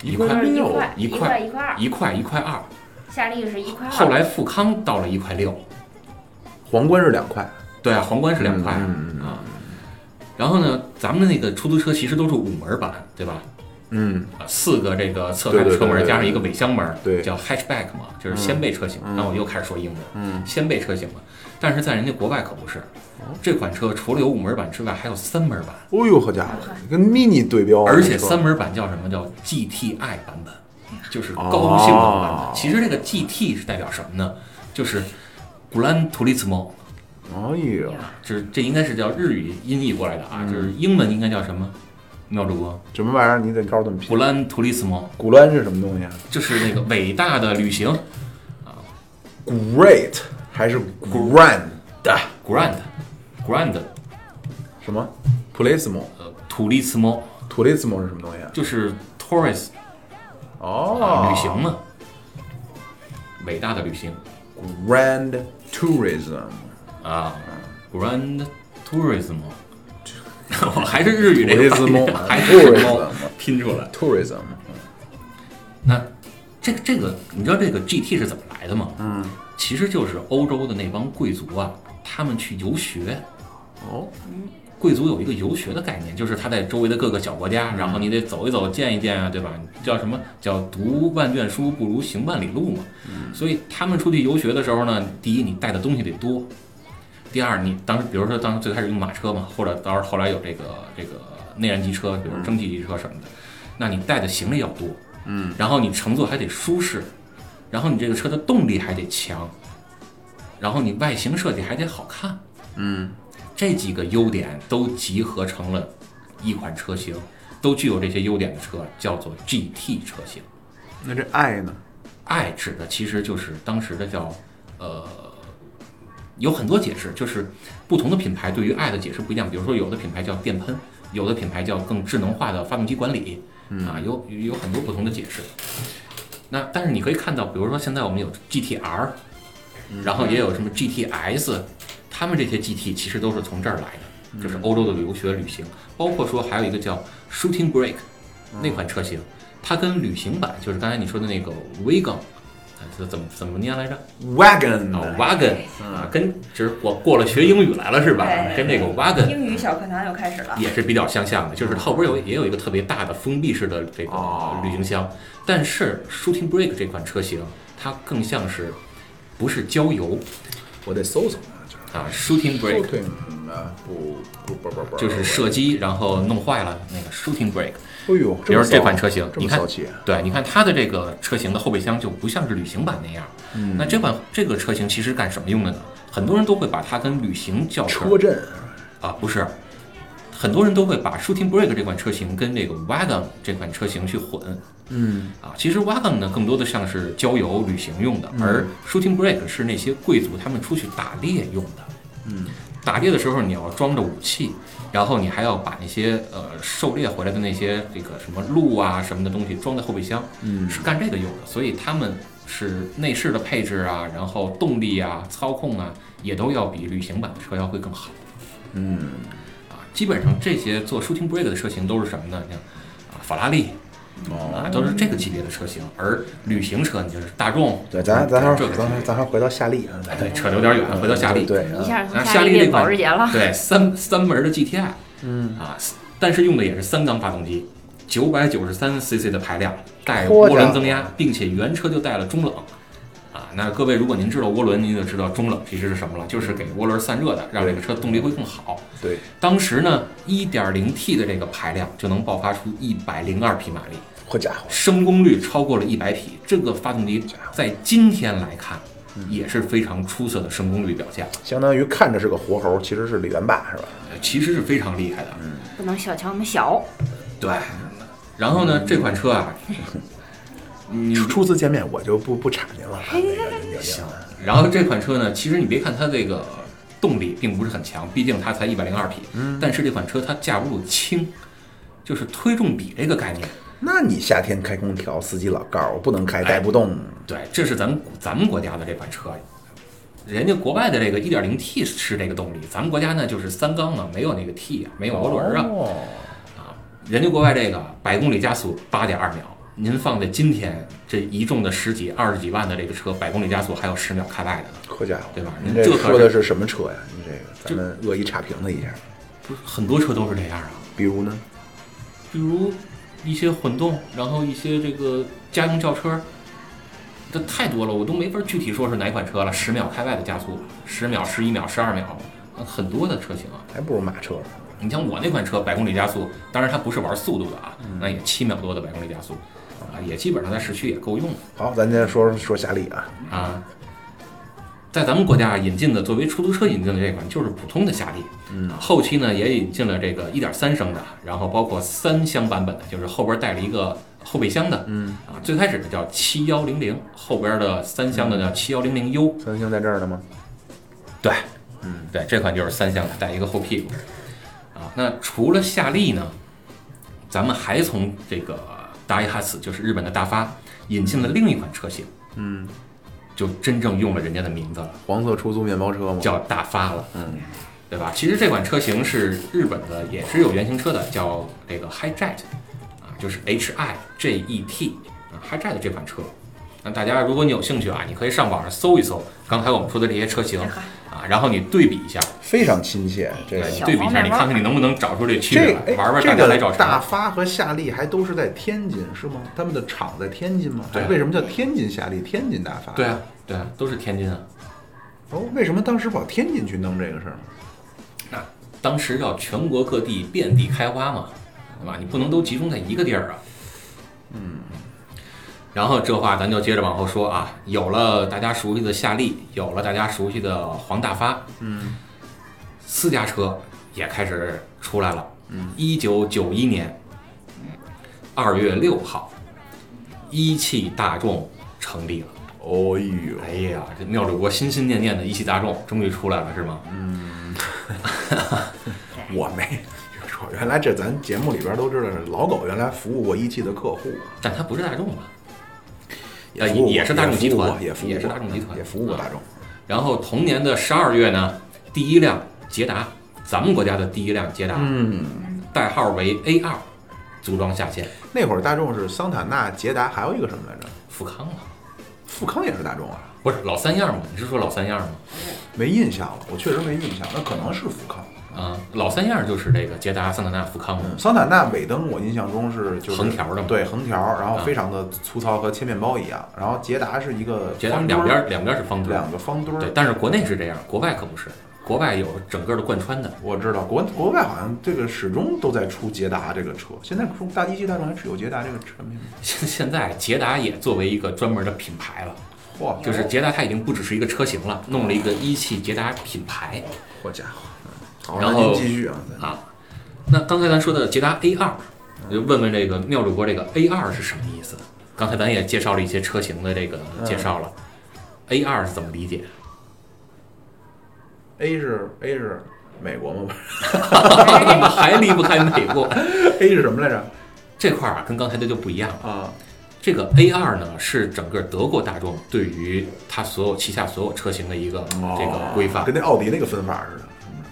Speaker 5: 一
Speaker 2: 块
Speaker 5: 块
Speaker 6: 一
Speaker 2: 六，
Speaker 6: 块
Speaker 5: 一
Speaker 6: 一
Speaker 5: 块
Speaker 6: 块一块二，
Speaker 5: 一块一块二。
Speaker 6: 夏利是一块二。
Speaker 5: 后来富康到了一块六，
Speaker 2: 皇冠是两块，
Speaker 5: 对啊，皇冠是两块啊。
Speaker 2: 嗯
Speaker 5: 啊然后呢，咱们的那个出租车其实都是五门版，对吧？
Speaker 2: 嗯，
Speaker 5: 啊，四个这个侧
Speaker 2: 对
Speaker 5: 开
Speaker 2: 对
Speaker 5: 车
Speaker 2: 对
Speaker 5: 门
Speaker 2: 对
Speaker 5: 加上一个尾箱门，
Speaker 2: 对
Speaker 5: 叫 hatchback 嘛，就是掀背车型。那我又开始说英文，
Speaker 2: 嗯，
Speaker 5: 掀背车型嘛。但是在人家国外可不是，这款车除了有五门版之外，还有三门版，
Speaker 2: 哦呦，好家伙，跟 mini 对标，
Speaker 5: 而且
Speaker 2: 你说
Speaker 5: 三门版叫什么？叫 GTI 版本，就是高性能版
Speaker 2: 哦
Speaker 5: 本。其实这个 GT 是代表什么呢？就是 Gran Turismo，
Speaker 2: 哎呦，
Speaker 5: 就是这应该是叫日语音译过来的啊，就是英文应该叫什么？妙主播
Speaker 2: 什么玩意儿？你得告诉我们拼。
Speaker 5: ，Gran Turismo
Speaker 2: 古兰是什么东西啊
Speaker 5: 就是那个伟大的旅行
Speaker 2: ？Great 嗯还是 Grand
Speaker 5: ，Grand Grand
Speaker 2: 什么？Turismo
Speaker 5: 呃 Turismo
Speaker 2: Turismo 是什么东西啊？
Speaker 5: 就是 Tourist
Speaker 2: 哦
Speaker 5: 啊，旅行嘛，伟大的旅行
Speaker 2: Grand Tourism
Speaker 5: 啊，Grand [LAUGHS] Tourism。我还是日语这个发音
Speaker 2: Turismo
Speaker 5: 还是日语
Speaker 2: Tourism
Speaker 5: [LAUGHS] 拼出来。
Speaker 2: Tourism
Speaker 5: 那这个这个，你知道这个 GT 是怎么来的吗？嗯，其实就是欧洲的那帮贵族啊，他们去游学。
Speaker 2: 哦，
Speaker 5: 贵族有一个游学的概念，就是他在周围的各个小国家，然后你得走一走、见一见啊，对吧？叫什么叫读万卷书不如行万里路嘛。所以他们出去游学的时候呢，第一你带的东西得多，第二你当时比如说当时最开始用马车嘛，或者到时候后来有这个这个内燃机车，比如蒸汽机车什么的，那你带的行李要多，嗯，然后你乘坐还得舒适，然后你这个车的动力还得强，然后你外形设计还得好看。这几个优点都集合成了一款车型，都具有这些优点的车叫做 GT 车型。
Speaker 2: 那这爱呢？
Speaker 5: 爱指的其实就是当时的叫，呃，有很多解释，就是不同的品牌对于爱的解释不一样。比如说，有的品牌叫电喷，有的品牌叫更智能化的发动机管理，啊，有有很多不同的解释。那但是你可以看到，比如说现在我们有 GTR，然后也有什么 GTS，他们这些 GT 其实都是从这儿来的，就是欧洲的留学旅行，包括说还有一个叫 Shooting Brake 那款车型，它跟旅行版就是刚才你说的那个 Wagon，呃这怎么怎么念来着？
Speaker 2: Wagon 嗯
Speaker 5: 啊，Wagon 啊，跟就是我过了学英语来了是吧？
Speaker 4: 对
Speaker 5: 跟
Speaker 2: 哎
Speaker 5: 那个 Wagon
Speaker 4: 英语小课堂又开始了。
Speaker 5: 也是比较相像的，就是它后边有也有一个特别大的封闭式的这个
Speaker 2: 哦
Speaker 5: 旅行箱，但是 Shooting Brake 这款车型它更像是不是郊游
Speaker 2: 我得搜搜啊，就是
Speaker 5: 啊，Shooting Brake
Speaker 2: 对，嗯啊不不不不不，
Speaker 5: 就是射击然后弄坏了那个 Shooting Brake，
Speaker 2: 哎呦，
Speaker 5: 比
Speaker 2: 么
Speaker 5: 如
Speaker 2: 骚
Speaker 5: 这款车型，
Speaker 2: 这
Speaker 5: 你
Speaker 2: 么
Speaker 5: 看
Speaker 2: 骚气，啊
Speaker 5: 对，你看它的这个车型的后备箱就不像是旅行版那样。
Speaker 2: 嗯
Speaker 5: 那这款这个车型其实干什么用的呢？很多人都会把它跟旅行较真儿
Speaker 2: 车震
Speaker 5: 啊，不是，很多人都会把 Shooting Brake 这款车型跟这个 Wagon 这款车型去混。
Speaker 2: 嗯，
Speaker 5: 啊，其实 Wagon 呢更多的像是郊游旅行用的，而 Shooting Brake 是那些贵族他们出去打猎用的。嗯，打猎的时候你要装着武器，然后你还要把那些呃狩猎回来的那些这个什么鹿啊什么的东西装在后备箱，
Speaker 2: 嗯
Speaker 5: 是干这个用的。所以他们是内饰的配置啊，然后动力啊、操控啊，也都要比旅行版的车要会更好。
Speaker 2: 嗯
Speaker 5: 啊，基本上这些做 shooting break 的车型都是什么呢？像啊法拉利
Speaker 2: 哦，
Speaker 5: 啊，都是这个级别的车型，而旅行车你就是大众。
Speaker 2: 对，咱咱还
Speaker 5: 这
Speaker 2: 是
Speaker 5: 个哎
Speaker 2: 咱还咱还回到夏利啊，咱
Speaker 5: 对，扯得有点远，回到夏利。
Speaker 2: 对，
Speaker 6: 一
Speaker 2: 啊
Speaker 6: 下从
Speaker 5: 啊
Speaker 6: 夏
Speaker 5: 夏利
Speaker 6: 利
Speaker 5: 那
Speaker 6: 变
Speaker 5: 款
Speaker 6: 保时捷了。
Speaker 5: 对，三三门的 GTI
Speaker 2: 嗯，
Speaker 5: 啊，但是用的也是三缸发动机，九百九十三 CC 的排量，带涡轮增压，并且原车就带了中冷。啊，那各位，如果您知道涡轮，您就知道中冷其实是什么了，就是给涡轮散热的，让这个车动力会更好。
Speaker 2: 对，
Speaker 5: 当时呢，1 0 T 的这个排量就能爆发出102匹马力，
Speaker 2: 好家伙，
Speaker 5: 升功率超过了100匹。这个发动机在今天来看也是非常出色的升功率表现，
Speaker 2: 相当于看着是个活猴，其实是李元霸是吧？
Speaker 5: 呃其实是非常厉害的。啊
Speaker 6: 不能小瞧我们小，
Speaker 5: 对，然后呢，这款车啊，你
Speaker 2: 初次见面我就不不插您了，
Speaker 6: 哎
Speaker 2: 那个您就行，
Speaker 5: 然后这款车呢，其实你别看它这个动力并不是很强，毕竟它才一百零二匹，但是这款车它架不住轻，就是推重比这个概念。
Speaker 2: 那你夏天开空调，司机老告诉我不能开，带不动，
Speaker 5: 对，这是咱们咱们国家的这款车，啊人家国外的这个 1.0T 是这个动力，咱们国家呢就是三缸啊，没有那个 T 啊，没有涡轮啊。
Speaker 2: 哦
Speaker 5: 人家国外这个百公里加速八点二秒，您放在今天这一众的十几、二十几万的这个车，百公里加速还有十秒开外的呢，
Speaker 2: 好家伙，
Speaker 5: 对吧？
Speaker 2: 您
Speaker 5: 您
Speaker 2: 这
Speaker 5: 这可
Speaker 2: 说的是什么车呀？您这个咱
Speaker 5: 这
Speaker 2: 们恶意差评了一下，
Speaker 5: 不是很多车都是这样啊，
Speaker 2: 比如呢？
Speaker 5: 比如一些混动，然后一些这个家用轿车，这太多了，我都没法具体说是哪款车了。十秒开外的加速，十秒、十一秒、十二秒，呃很多的车型啊。
Speaker 2: 还不如马车呢。
Speaker 5: 你像我那款车百公里加速，当然它不是玩速度的啊，那也七秒多的百公里加速，啊，也基本上在市区也够用了
Speaker 2: 好，咱先说说夏利啊，
Speaker 5: 啊。在咱们国家引进的，作为出租车引进的这款就是普通的夏利，
Speaker 2: 嗯
Speaker 5: 后期呢也引进了这个1.3升的，然后包括三厢版本的，就是后边带了一个后备箱的，
Speaker 2: 嗯
Speaker 5: 啊，最开始的叫7100，后边的三厢的叫7100 U，
Speaker 2: 三星在这儿呢吗？
Speaker 5: 对，
Speaker 2: 嗯，
Speaker 5: 对，这款就是三厢的，带一个后屁股。啊，那除了夏利呢，咱们还从这个达伊哈斯，就是日本的大发，引进了另一款车型，
Speaker 2: 嗯，
Speaker 5: 就真正用了人家的名字了，
Speaker 2: 黄色出租面包车吗？
Speaker 5: 叫大发了，
Speaker 2: 嗯，
Speaker 5: 对吧？其实这款车型是日本的，也是有原型车的，叫这个 HiJet，啊，就是 H I J E T 啊，HiJet 的这款车。那大家如果你有兴趣啊，你可以上网上搜一搜刚才我们说的这些车型啊，然后你对比一下，
Speaker 2: 非常亲切，这个
Speaker 5: 对，你
Speaker 6: 小
Speaker 5: 对比一
Speaker 6: 黄
Speaker 5: 下，
Speaker 6: 面
Speaker 5: 你
Speaker 6: 包
Speaker 5: 看看你能不能找出这区别
Speaker 2: 这
Speaker 5: 来，
Speaker 2: 哎
Speaker 5: 玩玩
Speaker 2: 这
Speaker 5: 大家来
Speaker 2: 个
Speaker 5: 找
Speaker 2: 大
Speaker 5: 茬。
Speaker 2: 发和夏利还都是在天津是吗？他们的厂在天津吗？
Speaker 5: 对
Speaker 2: 为什么叫天津夏利、天津大发？
Speaker 5: 对啊，对啊，都是天津啊。
Speaker 2: 哦，为什么当时跑天津去弄这个事儿呢？
Speaker 5: 那当时要全国各地遍地开花嘛，对吧？你不能都集中在一个地儿啊。嗯。然后这话咱就接着往后说啊，有了大家熟悉的夏利，有了大家熟悉的黄大发，
Speaker 2: 嗯，
Speaker 5: 私家车也开始出来了。嗯，一九九一年二月六号，一汽大众成立了。
Speaker 2: 哦呦，
Speaker 5: 哎呀，这妙主播心心念念的一汽大众终于出来了，是吗？
Speaker 2: 我没。说原来这咱节目里边都知道，老狗原来服务过一汽的客户，
Speaker 5: 但它不是大众吧？
Speaker 2: 也
Speaker 5: 也
Speaker 2: 服务过
Speaker 5: 呃也是大众集团
Speaker 2: 也服务过
Speaker 5: 也是大众集团啊
Speaker 2: 也服务过大众。
Speaker 5: 然后同年的十二月呢，第一辆捷达，咱们国家的第一辆捷达，
Speaker 2: 嗯，
Speaker 5: 代号为 A 二，组装下线，
Speaker 2: 那会儿大众是桑塔纳、捷达，还有一个什么来着？
Speaker 5: 富康了，
Speaker 2: 富康也是大众啊。
Speaker 5: 不是老三样吗？你是说老三样吗？
Speaker 2: 没印象了，我确实没印象，那可能是富康。
Speaker 5: 啊，老三样就是这个捷达、桑塔纳、富康嘛。
Speaker 2: 嗯，桑塔纳尾灯我印象中是就是
Speaker 5: 横条的嘛
Speaker 2: 对，横条，然后
Speaker 5: 啊
Speaker 2: 非常的粗糙，和切面包一样。然后捷达是一个
Speaker 5: 捷达
Speaker 2: 方墩
Speaker 5: 两
Speaker 2: 儿
Speaker 5: 边两边是方墩儿，
Speaker 2: 两个方墩
Speaker 5: 对
Speaker 2: 儿，，
Speaker 5: 但是国内是这样，国外可不是，国外有整个的贯穿的。
Speaker 2: 我知道国国外好像这个始终都在出捷达这个车，现在出大一汽大众还是有捷达这个产品吗？
Speaker 5: 现现在捷达也作为一个专门的品牌了。
Speaker 2: 嚯，
Speaker 5: 就是捷达它已经不只是一个车型了，弄了一个一汽捷达品牌
Speaker 2: 好家伙，嗯好，
Speaker 5: 然
Speaker 2: 那您
Speaker 5: 后
Speaker 2: 继续啊，咱
Speaker 5: 啊。那刚才咱说的捷达 A 二，我就问问这个妙主播，这个 A 二是什么意思？刚才咱也介绍了一些车型的这个介绍了、a 二是怎么理解？
Speaker 2: A 是 A 是美国吗 [LAUGHS]
Speaker 5: [LAUGHS] 还离不开美国。
Speaker 2: ？A 是什么来着？
Speaker 5: 这块儿啊，跟刚才的就不一样了。
Speaker 2: 啊，
Speaker 5: 这个 A 二呢，是整个德国大众对于它所有旗下所有车型的一个这个规范
Speaker 2: 哦跟。那奥迪那个分法似的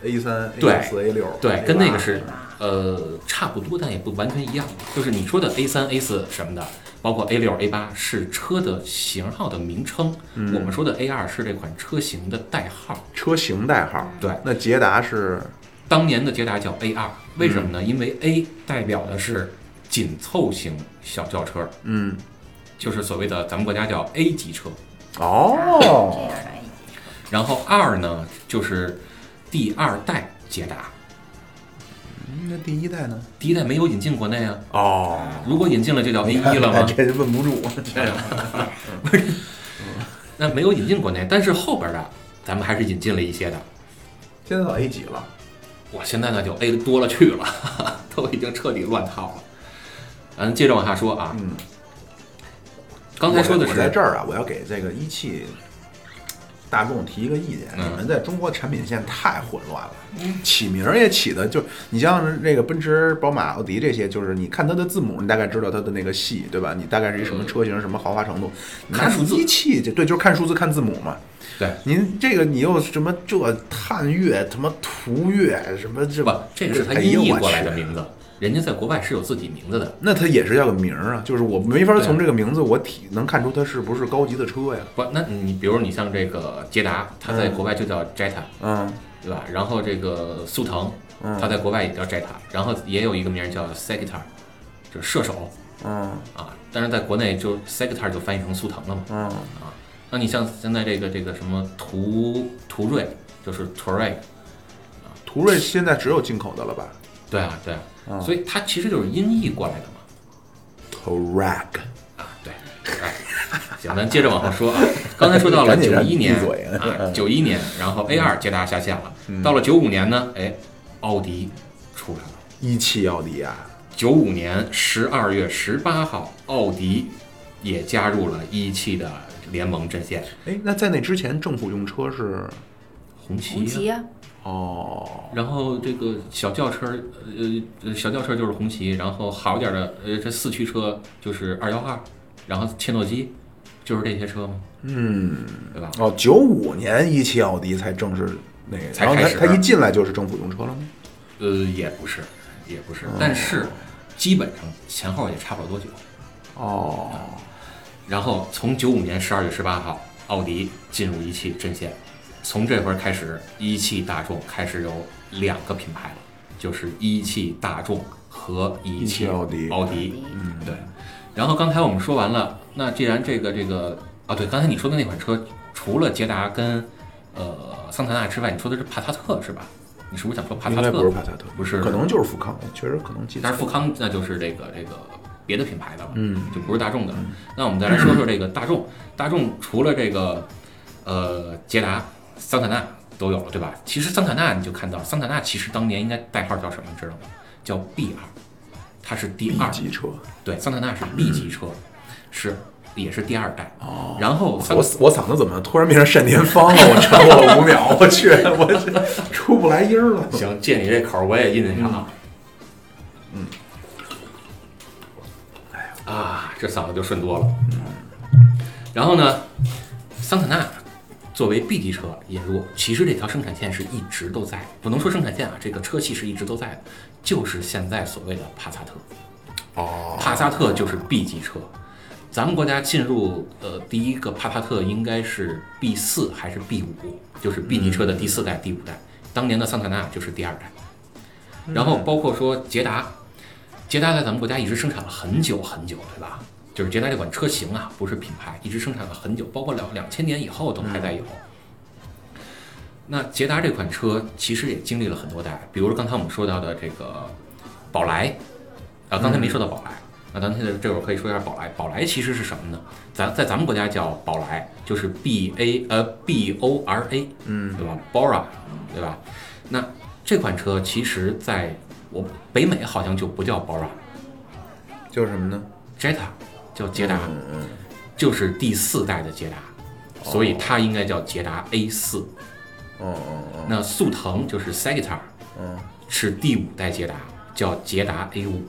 Speaker 2: ，A 三、A
Speaker 5: 对
Speaker 2: 四、A 六，
Speaker 5: 对，跟那个是呃差不多，但也不完全一样。就是你说的 A 三、A 四什么的，包括 A 六、A 八是车的型号的名称，我们说的 A 二是这款车型的代号。
Speaker 2: 车型代号。
Speaker 5: 对
Speaker 2: 那捷达是
Speaker 5: 当年的捷达叫 A 二，为什么呢？因为 A 代表的是紧凑型小轿车，
Speaker 2: 嗯
Speaker 5: 就是所谓的咱们国家叫 A 级车。
Speaker 6: 这
Speaker 2: 哦
Speaker 6: 样来一起
Speaker 5: 然后二呢，就是第二代捷达，
Speaker 2: 嗯那第一代呢？
Speaker 5: 第一代没有引进国内啊。
Speaker 2: 哦，
Speaker 5: 如果引进了，这叫 A 一了
Speaker 2: [LAUGHS]
Speaker 5: 吗？
Speaker 2: 这就问不住。
Speaker 5: [LAUGHS] 那没有引进国内，但是后边的咱们还是引进了一些的。
Speaker 2: 现在到 A 几了？
Speaker 5: 我现在呢就 A 多了去了， [LAUGHS] 都已经彻底乱套了。嗯，接着往下说啊，
Speaker 2: 嗯，
Speaker 5: 刚才说
Speaker 2: 我
Speaker 5: 的
Speaker 2: 在我在
Speaker 5: 是
Speaker 2: 这儿啊，我要给这个一汽大众提一个意见，
Speaker 5: 嗯
Speaker 2: 你们在中国产品线太混乱了，起名儿也起的就你像是这个奔驰、宝马、奥迪这些，就是你看它的字母，你大概知道它的那个系，对吧？你大概是一什么车型、什么豪华程度，
Speaker 5: 嗯看数字
Speaker 2: 一汽这对，就是看数字、看字母嘛。
Speaker 5: 对，
Speaker 2: 您这个你又什么这探岳、什么途岳、什么这
Speaker 5: 对吧？这个是他
Speaker 2: 哎呦
Speaker 5: 音译
Speaker 2: 我
Speaker 5: 过来
Speaker 2: 去
Speaker 5: 的名字，人家在国外是有自己名字的。
Speaker 2: 那它也是要个名儿啊，就是我没法
Speaker 5: 对
Speaker 2: 从这个名字我体能看出它是不是高级的车呀。
Speaker 5: 不，那你比如你像这个捷达，它在
Speaker 2: 嗯
Speaker 5: 国外就叫 Jetta，
Speaker 2: 嗯
Speaker 5: 对吧？然后这个速腾，
Speaker 2: 嗯
Speaker 5: 它在国外也叫 Jetta，然后也有一个名儿叫 Sector，就是射手
Speaker 2: 嗯
Speaker 5: 啊，但是在国内就 Sector 就翻译成速腾了嘛。啊
Speaker 2: 嗯
Speaker 5: 那你像现在这个这个什么途途锐，就是途锐，
Speaker 2: 途锐现在只有进口的了吧
Speaker 5: 对啊对啊，
Speaker 2: 嗯
Speaker 5: 所以它其实就是音译过来的嘛。
Speaker 2: ？Torag，
Speaker 5: 啊，对，哎行，咱接着往后
Speaker 2: [LAUGHS]
Speaker 5: 说啊。刚才说到了
Speaker 2: 赶紧
Speaker 5: 九
Speaker 2: 让
Speaker 5: 一年
Speaker 2: 闭嘴嗯啊
Speaker 5: 啊，九一年，然后 A 二捷达下线了，到了九五年呢，哎，奥迪出来了。
Speaker 2: 一汽奥迪啊，
Speaker 5: 九五年十二月十八号，奥迪也加入了一汽的联盟阵线，
Speaker 2: 哎，那在那之前政府用车是
Speaker 5: 红旗、
Speaker 6: 红旗啊，
Speaker 2: 哦，
Speaker 5: 然后这个小轿车，呃呃，小轿车就是红旗，然后好点儿的，呃，这四驱车就是二幺二，然后切诺基，就是这些车嘛，
Speaker 2: 嗯，
Speaker 5: 对吧？
Speaker 2: 哦，九五年一汽奥迪才正式那个，
Speaker 5: 才
Speaker 2: 然后它
Speaker 5: 开始
Speaker 2: 它一进来就是政府用车了吗？
Speaker 5: 呃，也不是，也不是，但是基本上前后也差不了多久。
Speaker 2: 哦，
Speaker 5: 然后从九五年十二月十八号，奥迪进入一汽阵线，从这会儿开始，一汽大众开始有两个品牌了，就是一汽大众和一
Speaker 2: 一汽
Speaker 5: 汽
Speaker 2: 奥迪
Speaker 5: 奥迪，嗯，对。然后刚才我们说完了，那既然这个这个啊，对，刚才你说的那款车，除了捷达跟呃桑塔纳之外，你说的是帕萨特是吧？你是不是想说帕
Speaker 2: 应
Speaker 5: 萨特？
Speaker 2: 该不是帕萨特，
Speaker 5: 不是
Speaker 2: 可能就是富康，我确实可能记错
Speaker 5: 但
Speaker 2: 了。
Speaker 5: 是富康那就是这个这个别的品牌的了，
Speaker 2: 嗯，
Speaker 5: 就不是大众的了。那我们再来说说这个大众，大众除了这个呃捷达、桑塔纳都有了，对吧？其实桑塔纳你就看到，桑塔纳其实当年应该代号叫什么，你知道吗？叫 B 二，它是第
Speaker 2: B
Speaker 5: 二，
Speaker 2: 级车，
Speaker 5: 对，桑塔纳是 B 级车，是也是第二代。哦，然后桑
Speaker 2: 我我嗓子怎么突然变成单田芳了？我沉默了五秒，我去，我这出不来音儿了。
Speaker 5: 行，借你这口儿我也印啊上了。嗯，啊，这嗓子就顺多了。然后呢，桑塔纳作为 B 级车引入，其实这条生产线是一直都在，不能说生产线啊，这个车系是一直都在的，就是现在所谓的帕萨特。
Speaker 2: 哦，
Speaker 5: 帕萨特就是 B 级车。咱们国家进入呃第一个帕萨特应该是 B 四还是 B 五，就是 B 级车的第四代、第五代。当年的桑塔纳就是第二代，然后包括说捷达，捷达在咱们国家一直生产了很久很久，对吧？就是捷达这款车型啊，不是品牌，一直生产了很久，包括两两千年以后都还在有。那捷达这款车其实也经历了很多代，比如刚才我们说到的这个宝来，啊，刚才没说到宝来，那咱们现在这会儿可以说一下宝来。宝来其实是什么呢？咱在咱们国家叫宝来，就是 B A 呃 B O R A，嗯，对吧？Bora，对吧？那这款车其实在我北美好像就不叫 Bora，Jetta
Speaker 2: 就是什么呢？嗯
Speaker 5: 叫捷达，就是第四代的捷达，所以它应该叫捷达 A 四。
Speaker 2: 哦嗯嗯嗯
Speaker 5: 那速腾就是 Sagitar，
Speaker 2: 嗯，
Speaker 5: 是第五代捷达，叫捷达 A 五，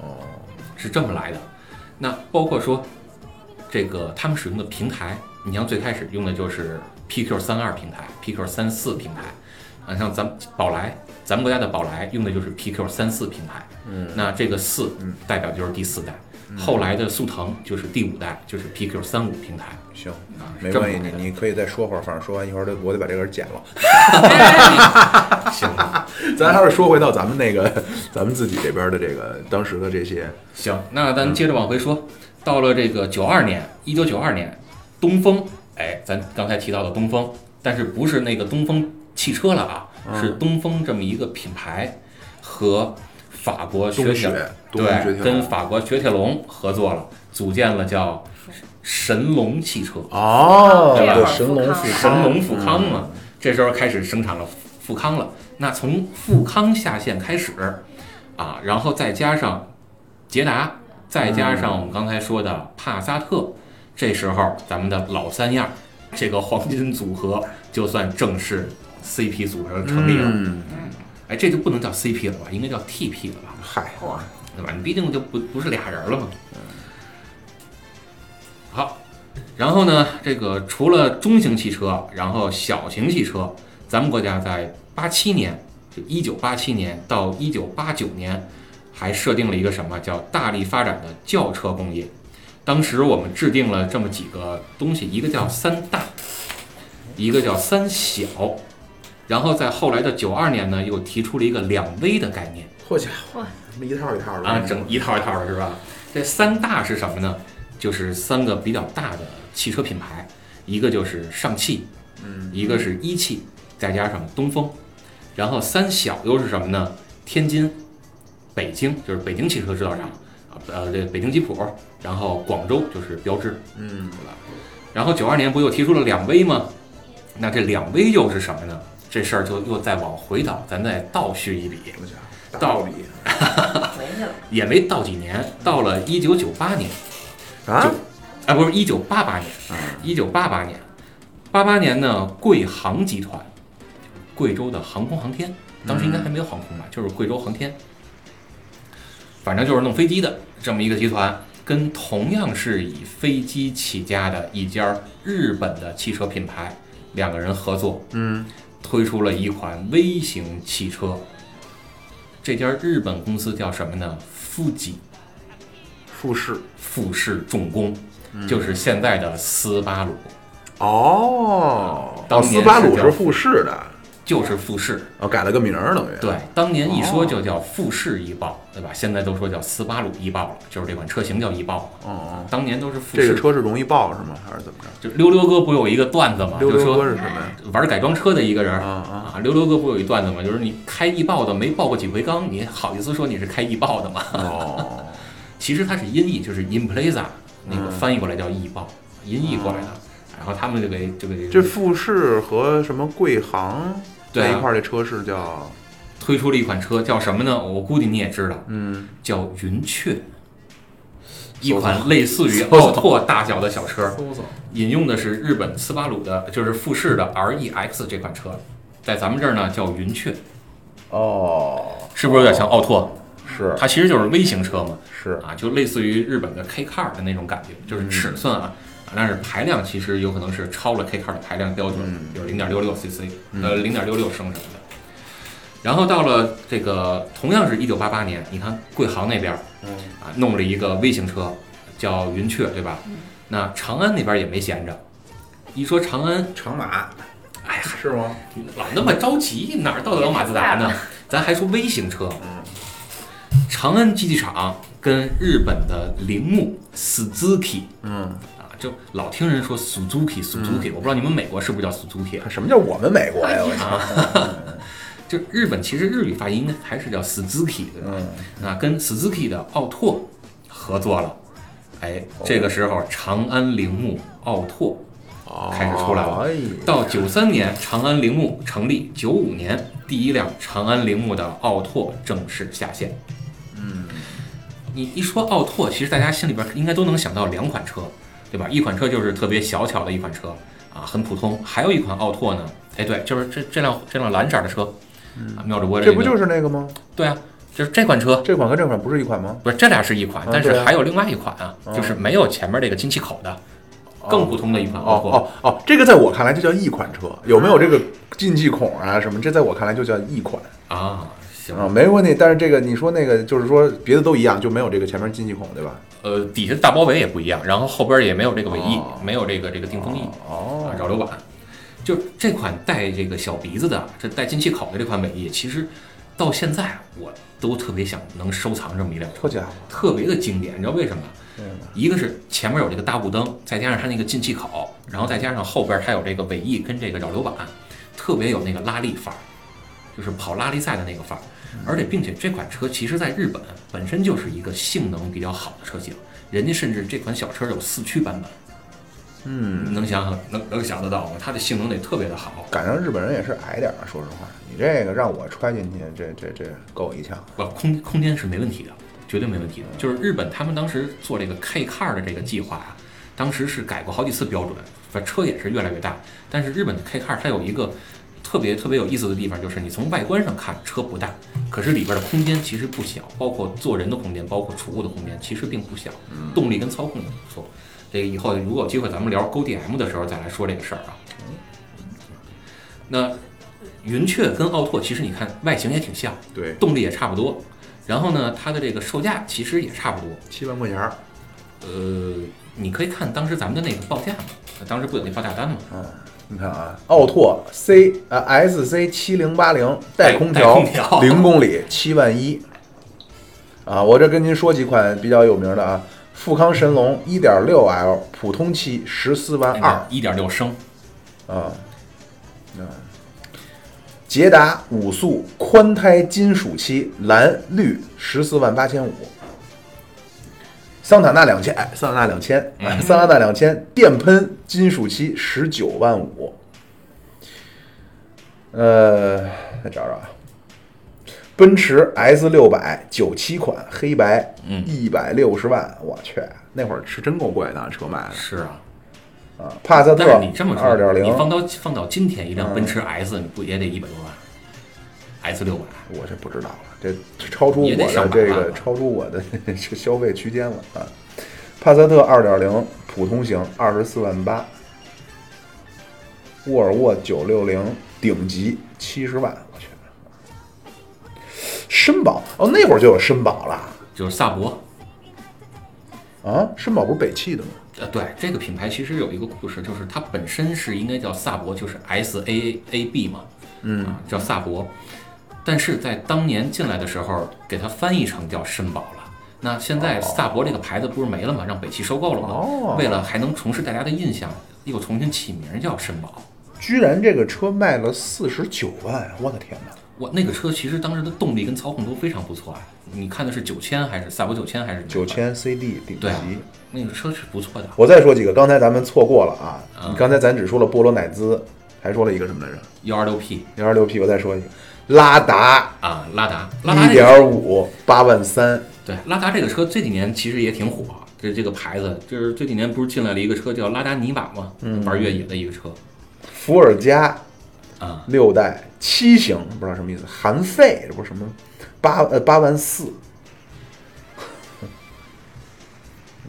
Speaker 2: 哦，
Speaker 5: 是这么来的。那包括说这个他们使用的平台，你像最开始用的就是 PQ 三二平台、PQ 三四平台，啊，像咱们宝来，咱们国家的宝来用的就是 PQ 三四平台，
Speaker 2: 嗯，
Speaker 5: 那这个四代表就是第四代，后来的速腾就是第五代，就是 PQ 三五平台。
Speaker 2: 行，
Speaker 5: 啊，
Speaker 2: 没
Speaker 5: 是这么
Speaker 2: 关系，
Speaker 5: 来
Speaker 2: 你
Speaker 5: 的
Speaker 2: 你可以再说会儿，反正说完一会儿得我得把这根儿剪 [LAUGHS] 了。
Speaker 5: 行
Speaker 2: 咱还是说回到咱们那个咱们自己这边的这个当时的这些，
Speaker 5: 行，那咱
Speaker 2: 嗯
Speaker 5: 接着往回说，到了这个九二年，一九九二年，东风，哎，咱刚才提到的东风，但是不是那个东风汽车了啊，
Speaker 2: 嗯
Speaker 5: 是东风这么一个品牌和法国雪铁
Speaker 2: 东雪东风雪铁
Speaker 5: 对，
Speaker 2: 龙
Speaker 5: 跟法国雪铁龙合作了，组建了叫神龙汽车，
Speaker 2: 哦
Speaker 6: 这会
Speaker 2: 对，
Speaker 6: 儿啊
Speaker 2: 神龙富
Speaker 5: 神
Speaker 2: 康，
Speaker 5: 龙富康嘛，这时候开始生产了富康了。那从富康下线开始，啊，然后再加上捷达，再加上我们刚才说的帕萨特，这时候咱们的老三样，这个黄金组合就算正式 CP 组合成立了。
Speaker 2: 嗯，
Speaker 5: 哎，这就不能叫 CP 了吧？应该叫 TP 了吧？
Speaker 2: 嗨，
Speaker 6: 嚯，
Speaker 5: 对吧？你毕竟就不不是俩人了嘛。好，然后呢，这个除了中型汽车，然后小型汽车，咱们国家在八七年，就一九八七年到一九八九年，还设定了一个什么叫大力发展的轿车工业。当时我们制定了这么几个东西，一个叫三大，一个叫三小，然后在后来的九二年呢，又提出了一个两微的概念。
Speaker 2: 好家伙
Speaker 6: 哇，
Speaker 2: 他妈一套一套的
Speaker 5: 啊，整一套一套的是吧？这三大是什么呢？就是三个比较大的汽车品牌，一个就是上汽，嗯，一个是一汽，再加上东风，然后三小又是什么呢？天津、北京，就是北京汽车制造厂啊，呃，这北京吉普，然后广州就是标致，
Speaker 2: 嗯
Speaker 5: 然后九二年不又提出了两微吗？那这两微又是什么呢？这事儿就又再往回倒，咱再倒叙一笔，
Speaker 2: 我家伙，
Speaker 5: 到
Speaker 2: 底
Speaker 6: 回去了，
Speaker 5: 也没到几年，到了一九九八年。
Speaker 2: 啊，
Speaker 5: 啊，不是一九八八年，一九八八年，八八年呢，贵航集团，贵州的航空航天，当时应该还没有航空吧，就是贵州航天，反正就是弄飞机的这么一个集团，跟同样是以飞机起家的一家日本的汽车品牌，两个人合作，
Speaker 2: 嗯，
Speaker 5: 推出了一款微型汽车。这家日本公司叫什么呢？富吉
Speaker 2: 复试
Speaker 5: 富士重工，就是现在的斯巴鲁，
Speaker 2: 哦，
Speaker 5: 当
Speaker 2: 哦，
Speaker 5: 年
Speaker 2: 斯巴鲁
Speaker 5: 是叫
Speaker 2: 是复试的，
Speaker 5: 就是富士。
Speaker 2: 哦，改了个名儿等于，
Speaker 5: 对，当年一说就
Speaker 2: 哦
Speaker 5: 叫富士一豹，对吧？现在都说叫斯巴鲁一豹了，就是这款车型叫一豹嘛。
Speaker 2: 哦哦，
Speaker 5: 当年都是富
Speaker 2: 这个
Speaker 5: 士。
Speaker 2: 车是容易爆是吗？还是怎么着？
Speaker 5: 就溜溜哥不有一个段子嘛，
Speaker 2: 溜
Speaker 5: 就
Speaker 2: 溜哥
Speaker 5: 说
Speaker 2: 啊是什么呀？
Speaker 5: 玩改装车的一个人
Speaker 2: 啊
Speaker 5: 儿
Speaker 2: 啊，
Speaker 5: 啊，溜溜哥不有一段子嘛，就是你开易豹的没爆过几回缸，你好意思说你是开易豹的吗？
Speaker 2: 哦，
Speaker 5: 其实它是音译，就是 Impreza 那个
Speaker 2: 嗯哦
Speaker 5: 翻译过来叫易豹，音译过来的。然后他们就给这个
Speaker 2: 这富士和什么贵航
Speaker 5: 对
Speaker 2: 在
Speaker 5: 啊
Speaker 2: 一块儿，这车是叫
Speaker 5: 推出了一款车，叫什么呢？我估计你也知道，
Speaker 2: 嗯，
Speaker 5: 叫云雀，一
Speaker 2: 搜索
Speaker 5: 款类似于
Speaker 2: 搜索
Speaker 5: 奥拓大小的小车，引用的是日本斯巴鲁的，就是富士的 REX 这款车，在咱们这儿呢叫云雀，
Speaker 2: 哦，
Speaker 5: 是不是有点像奥拓？
Speaker 2: 是
Speaker 5: 它其实就是微型车嘛，
Speaker 2: 是，
Speaker 5: 啊，就类似于日本的 K Car 的那种感觉，
Speaker 2: 嗯
Speaker 5: 就是尺寸啊，啊但是排量其实有可能是超了 K Car 的排量标准，
Speaker 2: 嗯
Speaker 5: 就是零点六六 CC，呃，零点六六升什么的。然后到了这个同样是一九八八年，你看贵航那边儿
Speaker 2: 嗯
Speaker 5: 啊弄了一个微型车叫云雀，对吧？那长安那边也没闲着，一说长安，
Speaker 2: 长马
Speaker 5: 哎呀，
Speaker 2: 是吗？
Speaker 5: 老那么着急，哪儿到得了马自达呢？咱还说微型车，
Speaker 2: 嗯
Speaker 5: 长安机器厂跟日本的铃木 Suzuki
Speaker 2: 嗯，
Speaker 5: 啊，就老听人说 Suzuki Suzuki，、我不知道你们美国是不是叫 Suzuki，啊
Speaker 2: 什么叫我们美
Speaker 5: 哎
Speaker 2: 国呀？我操，
Speaker 5: 就日本其实日语发音应该还是叫 Suzuki 对吧？
Speaker 2: 嗯，
Speaker 5: 啊，跟 Suzuki 的奥拓合作了，哎，
Speaker 2: 哦
Speaker 5: 这个时候长安铃木奥拓哦开始出来了
Speaker 2: 哎呦，
Speaker 5: 到九三年，长安铃木成立；九五年，第一辆长安铃木的奥拓正式下线。嗯，你一说奥拓，其实大家心里边应该都能想到两款车，对吧？一款车就是特别小巧的一款车啊，很普通；还有一款奥拓呢，哎，对，就是这这辆这辆蓝色的车，啊妙主播
Speaker 2: 嗯这不
Speaker 5: 个
Speaker 2: 就是那个吗？
Speaker 5: 对啊，就是这款车，
Speaker 2: 这款和这款不是一款吗？
Speaker 5: 不是这俩是一款
Speaker 2: 啊，
Speaker 5: 但是
Speaker 2: 对啊
Speaker 5: 还有另外一款啊，
Speaker 2: 啊
Speaker 5: 就是没有前面这个进气口的，更普通的一款包
Speaker 2: 哦
Speaker 5: 括。
Speaker 2: 哦哦，这个在我看来就叫一款车，有没有这个进气孔啊什么？这在我看来就叫一款
Speaker 5: 啊，行，
Speaker 2: 啊，没问题。但是这个你说那个就是说别的都一样，就没有这个前面进气孔，对吧？
Speaker 5: 呃，底下的大包围也不一样，然后后边也没有这个尾翼
Speaker 2: 哦，
Speaker 5: 没有这个这个定风翼
Speaker 2: 哦
Speaker 5: 啊，，扰流板。就这款带这个小鼻子的，这带进气口的这款尾翼，其实到现在我都特别想能收藏这么一辆车
Speaker 2: 好，家伙，
Speaker 5: 特别的经典。你知道为什么？
Speaker 2: 对吧
Speaker 5: 一个是前面有这个大雾灯，再加上它那个进气口，然后再加上后边它有这个尾翼跟这个扰流板，特别有那个拉力范儿，就是跑拉力赛的那个范儿。而且，并且这款车其实在日本本身就是一个性能比较好的车型，人家甚至这款小车有四驱版本，
Speaker 2: 嗯，
Speaker 5: 你能想想能能想得到吗？它的性能得特别的好。
Speaker 2: 赶上日本人也是矮点儿，说实话，你这个让我揣进去，这这这够一呛。
Speaker 5: 不，呃空空间是没问题的，绝对没问题的。就是日本他们当时做这个 K car 的这个计划啊，当时是改过好几次标准，反正车也是越来越大。但是日本的 K car 它有一个特别特别有意思的地方，就是你从外观上看车不大，可是里边的空间其实不小，包括坐人的空间，包括储物的空间其实并不小，动力跟操控也不错。这个以后如果有机会咱们聊 GoDM 的时候再来说这个事儿啊。那云雀跟奥拓其实你看外形也挺像，
Speaker 2: 对，
Speaker 5: 动力也差不多。然后呢，它的这个售价其实也差不多。
Speaker 2: 七万块钱儿，
Speaker 5: 呃，你可以看当时咱们的那个报价嘛，当时不有那报价单嘛，
Speaker 2: 嗯，你看啊，奥拓 C 呃 SC 七零八零带空
Speaker 5: 带
Speaker 2: 调
Speaker 5: 空调
Speaker 2: 零公里七万一。啊，我这跟您说几款比较有名的啊，富康神龙一点六 L 普通期十四万二
Speaker 5: 一点六升，
Speaker 2: 啊，嗯，捷达五速宽胎金属漆蓝绿十四万八千五，桑塔纳两千，哎，桑塔纳两千，
Speaker 5: 嗯
Speaker 2: 哎，桑塔纳两千电喷金属漆十九万五，呃，再找找啊。奔驰 S 六百九七款黑白，
Speaker 5: 嗯
Speaker 2: 一百六十万，我去，那会儿是真够贵的，那车卖的
Speaker 5: 是啊。
Speaker 2: 啊，帕萨特
Speaker 5: 但是你这么说，
Speaker 2: 嗯二点零，嗯
Speaker 5: 你放到放到今天一辆奔驰 S，你不也得一百多万？S 六百，
Speaker 2: 我这不知道了，这超出我
Speaker 5: 也得
Speaker 2: 的
Speaker 5: 上啊
Speaker 2: 这
Speaker 5: 百万
Speaker 2: 个
Speaker 5: 吧
Speaker 2: 超出我的 [LAUGHS] 这消费区间了啊！帕萨特二点零普通型二十四万八，沃尔沃九六零顶级七十万，我去，绅宝哦，那会儿就有绅宝了
Speaker 5: 就是萨博。
Speaker 2: 啊！绅宝不是北汽的吗？
Speaker 5: 呃，对，这个品牌其实有一个故事，就是它本身是应该叫萨博，就是 S A A B 嘛，嗯、叫萨博，但是在当年进来的时候，给它翻译成叫绅宝了。那现在萨博这个牌子不是没了吗？让北汽收购了吗？
Speaker 2: 哦
Speaker 5: 为了还能重拾大家的印象，又重新起名叫绅宝。
Speaker 2: 居然这个车卖了四十九万，我的天哪！
Speaker 5: 哇，那个车其实当时的动力跟操控都非常不错啊。你看的是九千还是萨博九千还是
Speaker 2: 九？千 CD 顶级。
Speaker 5: 对啊，那个车是不错的。
Speaker 2: 我再说几个，刚才咱们错过了啊！
Speaker 5: 嗯
Speaker 2: 刚才咱只说了波罗乃兹，还说了一个什么来着？
Speaker 5: 幺二六 P
Speaker 2: 幺二六 P，我再说一个，拉达
Speaker 5: 啊，拉达，拉达
Speaker 2: 一
Speaker 5: 这个
Speaker 2: 点五八万三，
Speaker 5: 对，拉达这个车这几年其实也挺火，这这个牌子，就是这几年不是进来了一个车叫拉达尼瓦嘛，
Speaker 2: 嗯
Speaker 5: 玩越野的一个车
Speaker 2: 伏尔加
Speaker 5: 啊，
Speaker 2: 六代七型，不知道什么意思，含费这不是什么八呃八万四，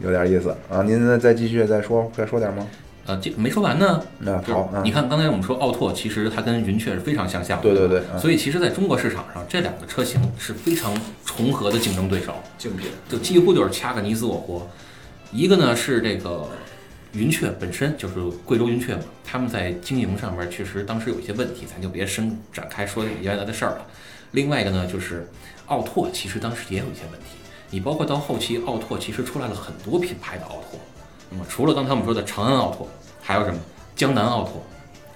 Speaker 2: 有点意思啊！您再继续再说再说点吗？
Speaker 5: 呃，这没说完呢。
Speaker 2: 那
Speaker 5: 就是
Speaker 2: 好，嗯
Speaker 5: 你看刚才我们说奥拓，其实它跟云雀是非常相像的，
Speaker 2: 对对对嗯
Speaker 5: 所以其实在中国市场上，这两个车型是非常重合的竞争对手，
Speaker 2: 竞品
Speaker 5: 就几乎就是掐个你死我活。一个呢是这个云雀本身就是贵州云雀嘛，他们在经营上面确实当时有一些问题，咱就别深展开说原来的事儿了。另外一个呢就是奥拓，其实当时也有一些问题。你包括到后期，奥拓其实出来了很多品牌的奥拓。那么嗯除了刚才我们说的长安奥拓，还有什么江南奥拓，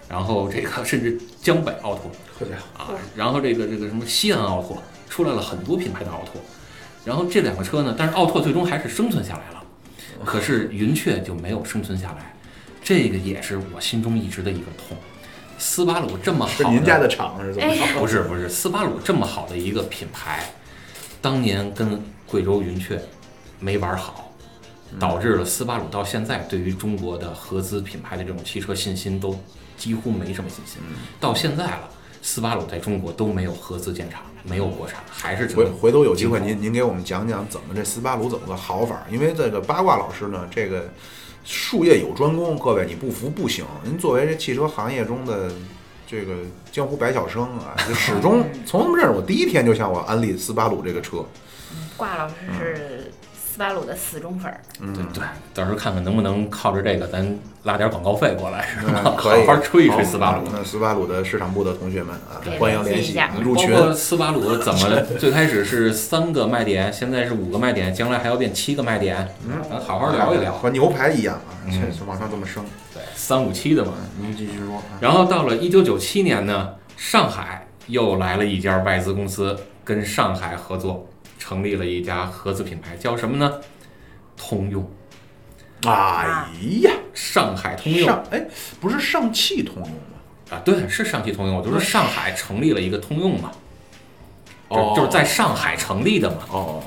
Speaker 5: 然后这个 [LAUGHS] 甚至江北奥拓，
Speaker 2: 好家伙，
Speaker 5: 啊，然后这个这个什么西安奥拓出来了很多品牌的奥拓，然后这两个车呢，但是奥拓最终还是生存下来了，
Speaker 2: 哦
Speaker 5: 可是云雀就没有生存下来，这个也是我心中一直的一个痛。斯巴鲁这么好
Speaker 2: 是您家的厂是怎么着？
Speaker 5: 不是不是，斯巴鲁这么好的一个品牌，当年跟贵州云雀没玩好，导致了斯巴鲁到现在对于中国的合资品牌的这种汽车信心都几乎没什么信
Speaker 2: 嗯
Speaker 5: 心。到现在了，斯巴鲁在中国都没有合资建厂，没有国产，还是只
Speaker 2: 回
Speaker 5: 能
Speaker 2: 回头有机会
Speaker 5: 进口
Speaker 2: 您您给我们讲讲怎么这斯巴鲁怎么个好法儿，因为这个八卦老师呢，这个术业有专攻，各位你不服不行。您作为这汽车行业中的这个江湖百晓生啊，就始
Speaker 5: [LAUGHS]
Speaker 2: 终从认识我第一天就向我安利斯巴鲁这个车，
Speaker 6: 挂老师是斯巴鲁的死忠粉儿，
Speaker 2: 嗯
Speaker 5: 对对，到时候看看能不能靠着这个咱拉点广告费过来，是 [LAUGHS] 吧？
Speaker 2: 嗯可以
Speaker 5: 好好吹一吹斯巴鲁
Speaker 2: 好。那斯巴鲁的市场部的同学们啊
Speaker 6: 对，
Speaker 2: 欢迎联
Speaker 6: 联系一
Speaker 2: 系
Speaker 6: 下
Speaker 2: 入
Speaker 5: 包
Speaker 2: 群。
Speaker 5: 括斯巴鲁怎
Speaker 2: [LAUGHS]
Speaker 5: 么最开始是三个卖点，现在是五个卖点，将来还要变七个卖点，嗯咱好好聊一聊。
Speaker 2: 和牛排一样啊，
Speaker 5: 嗯
Speaker 2: 这是往上这么升。
Speaker 5: 对，三五七的嘛。
Speaker 2: 您继续说啊。
Speaker 5: 然后到了一九九七年呢，上海又来了一家外资公司，跟上海合作，成立了一家合资品牌，叫什么呢？通用，
Speaker 2: 哎呀，
Speaker 5: 上海通用
Speaker 2: 上哎，不是上汽通用吗？
Speaker 5: 啊，对，是上汽通用。我就说上海成立了一个通用嘛，就就是在上海成立的嘛。
Speaker 2: 哦，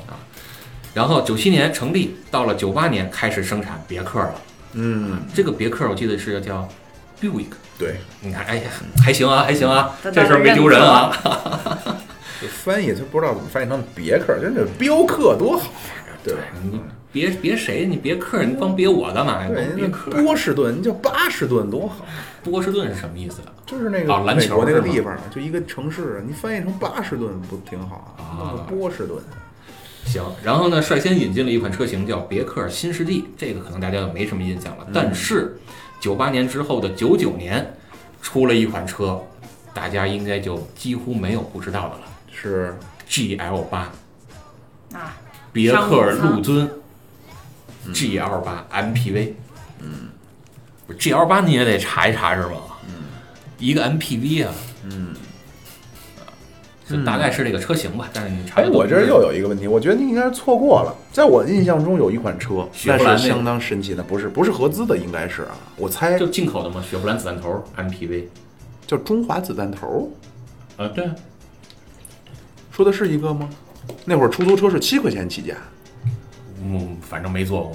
Speaker 5: 然后九七年成立，到了九八年开始生产别克了。
Speaker 2: 嗯，
Speaker 5: 这个别克我记得是叫 Buick，
Speaker 2: 对，
Speaker 5: 你看，哎呀，还行啊，还行啊，
Speaker 6: 嗯
Speaker 5: 这事儿没丢人啊。
Speaker 2: 这翻译他不知道怎么翻译成别克，真的镖客多好，啊对吧？
Speaker 5: 你 [LAUGHS] 别别谁，你别克，你光别我干嘛呀？
Speaker 2: 对，
Speaker 5: 光别
Speaker 2: 人
Speaker 5: 克
Speaker 2: 家，波士顿，您叫巴士顿多好，
Speaker 5: 波士顿是什么意思啊？
Speaker 2: 就是那
Speaker 5: 哦
Speaker 2: 个
Speaker 5: 篮
Speaker 2: 美
Speaker 5: 球
Speaker 2: 国那个
Speaker 5: 是吗
Speaker 2: 地方，就一个城市，你翻译成巴士顿不挺好
Speaker 5: 啊
Speaker 2: 弄个波士顿，
Speaker 5: 行，然后呢，率先引进了一款车型叫别克新世纪，这个可能大家就没什么印象了。但是，九八年之后的九九年，出了一款车，大家应该就几乎没有不知道的了
Speaker 2: 是
Speaker 5: ，GL 八，
Speaker 6: 啊，
Speaker 5: 别克陆尊
Speaker 2: 嗯
Speaker 5: GL 八 MPV，嗯，不是 GL 八你也得查一查是吗？嗯，一个 MPV 啊，嗯，就大概是这个车型吧，但是你查
Speaker 2: 哎
Speaker 5: 得，多
Speaker 2: 我这儿又有一个问题，我觉得你应该是错过了。在我印象中有一款车，
Speaker 5: 雪
Speaker 2: 那
Speaker 5: 佛兰
Speaker 2: 是
Speaker 5: 那个
Speaker 2: 相当神奇的，不是不是合资的，应该是啊，我猜
Speaker 5: 就进口的嘛，雪佛兰子弹头
Speaker 2: 嗯
Speaker 5: MPV，
Speaker 2: 叫中华子弹头，
Speaker 5: 啊对啊，
Speaker 2: 说的是一个吗？那会儿出租车是七块钱起价，
Speaker 5: 嗯，反正没坐过，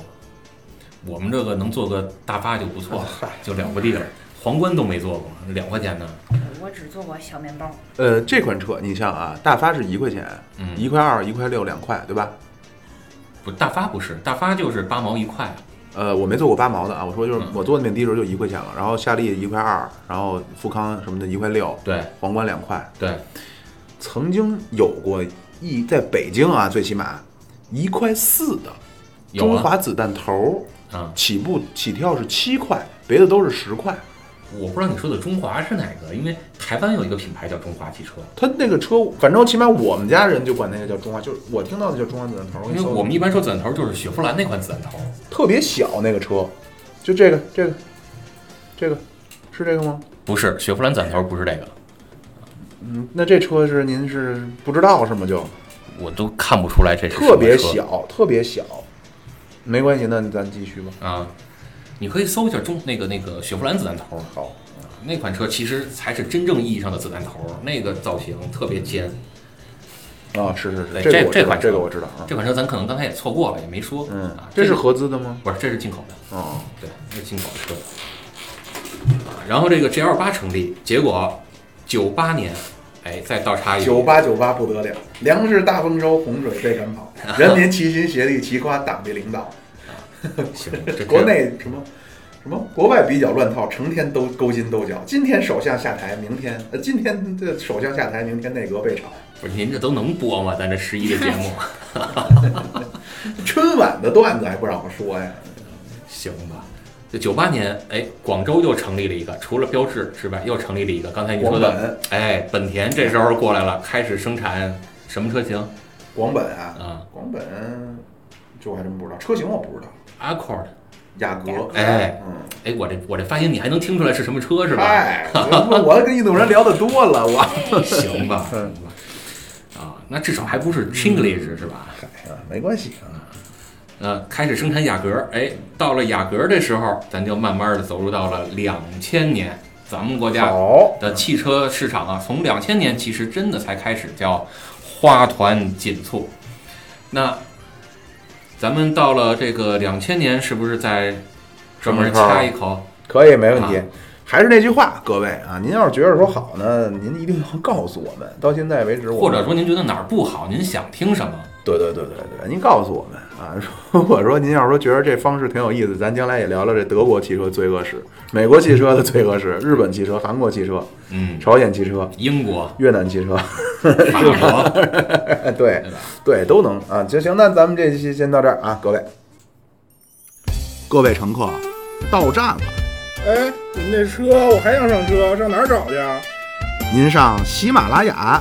Speaker 5: 我们这个能坐个大巴就不错了，就了不地了。皇冠都没坐过，两块钱呢，
Speaker 6: 我只做过小面包，
Speaker 2: 呃，这款车你像啊，大发是一块钱，
Speaker 5: 嗯
Speaker 2: 一块二、一块六、两块，对吧？
Speaker 5: 不大发不是，大发就是八毛一块啊，
Speaker 2: 呃，我没坐过八毛的啊，我说就是
Speaker 5: 嗯
Speaker 2: 我坐的面的时候就一块钱了，然后夏利一块二，然后富康什么的一块六，
Speaker 5: 对
Speaker 2: 皇冠两块。
Speaker 5: 对，
Speaker 2: 曾经有过一在北京啊，最起码一块四的
Speaker 5: 有啊
Speaker 2: 中
Speaker 5: 了
Speaker 2: 华子弹头
Speaker 5: 啊，
Speaker 2: 起步起跳是七块，别的都是十块。
Speaker 5: 我不知道你说的中华是哪个，因为台湾有一个品牌叫中华汽车，
Speaker 2: 他那个车，反正起码我们家人就管那个叫中华，就是我听到的叫中华子弹头。
Speaker 5: 因为我们一般说子弹头就是雪佛兰那款子弹头，
Speaker 2: 特别小那个车，就这个这个这个是这个吗？
Speaker 5: 不是雪佛兰子弹头不是这个，
Speaker 2: 嗯，那这车是您是不知道是吗？就
Speaker 5: 我都看不出来这是
Speaker 2: 特别
Speaker 5: 什么车
Speaker 2: 小，特别小。没关系，那咱继续吧。
Speaker 5: 啊，你可以搜一下中那个那个雪佛兰子弹头，好，那款车其实才是真正意义上的子弹头，那个造型特别尖。
Speaker 2: 啊，是是是，
Speaker 5: 对
Speaker 2: 这个
Speaker 5: 这
Speaker 2: 我知道，这
Speaker 5: 这款
Speaker 2: 个
Speaker 5: 车
Speaker 2: 我知道啊。
Speaker 5: 这款车咱可能刚才也错过了，也没说。
Speaker 2: 嗯
Speaker 5: 啊，，
Speaker 2: 这是
Speaker 5: 个
Speaker 2: 合资的吗？
Speaker 5: 不是这是进口的？
Speaker 2: 哦，
Speaker 5: 对，这是进口车啊，然后这个 GL 八成立，结果九八年，哎，再倒插一笔
Speaker 2: 九八九八不得了，粮食大丰收，洪水被赶 [LAUGHS] 跑，人民齐心协力齐夸党的领导。
Speaker 5: 行，这
Speaker 2: 国内什么什么国外比较乱套，成天都勾心斗角。今天首相下台，明天呃，今天这首相下台，明天内阁被炒。
Speaker 5: 不是您这都能播吗？咱这十一个节
Speaker 2: [LAUGHS]
Speaker 5: 目，
Speaker 2: 春晚的段子还不让我说呀？
Speaker 5: 行吧？这九八年，哎，广州又成立了一个，除了标致之外，又成立了一个。刚才你说
Speaker 2: 广
Speaker 5: 的
Speaker 2: 本，
Speaker 5: 哎，本田这时候过来了，开始生产什么车型
Speaker 2: 广本啊，
Speaker 5: 啊
Speaker 2: 广本，这我还真不知道，车型我不知道。
Speaker 5: ？Accord，
Speaker 2: 雅阁，
Speaker 5: 哎
Speaker 2: 嗯，
Speaker 5: 哎，我这我这发音你还能听出来是什么车是吧？
Speaker 2: 嗨，我我跟印度人聊得多了，
Speaker 5: [LAUGHS]
Speaker 2: 我。
Speaker 5: 行吧，
Speaker 2: [LAUGHS] 嗯
Speaker 5: 行吧，啊，那至少还不是 Chinglish 是吧？
Speaker 2: 嗨啊，没关系啊。
Speaker 5: 呃，开始生产雅阁，哎，到了雅阁的时候，咱就慢慢的走入到了两千年，咱们国家
Speaker 2: 好，
Speaker 5: 的汽车市场啊，从两千年其实真的才开始叫花团锦簇。那咱们到了这个两千年，是不是再专门
Speaker 2: 专门
Speaker 5: 掐
Speaker 2: 儿
Speaker 5: 一口？
Speaker 2: 可以，没问题
Speaker 5: 啊。
Speaker 2: 还是那句话，各位啊，您要是觉得说好呢，您一定要告诉我们。到现在为止我们，
Speaker 5: 或者说您觉得哪儿不好，您想听什么？
Speaker 2: 对对对对对，您告诉我们啊。 [LAUGHS] 如果说您要是说觉得这方式挺有意思，咱将来也聊聊这德国汽车罪恶史、美国汽车的罪恶史、日本汽车、韩国汽车、
Speaker 5: 嗯，
Speaker 2: 朝鲜汽车、
Speaker 5: 英国、
Speaker 2: 越南汽车，
Speaker 5: 法国，
Speaker 2: [LAUGHS] 对
Speaker 5: 对吧？
Speaker 2: 对都能啊。行行，那咱们这期先到这儿啊，各位。各位乘客，到站了，
Speaker 7: 哎，你们这车我还想上车，上哪儿找去啊？
Speaker 2: 您上喜马拉雅、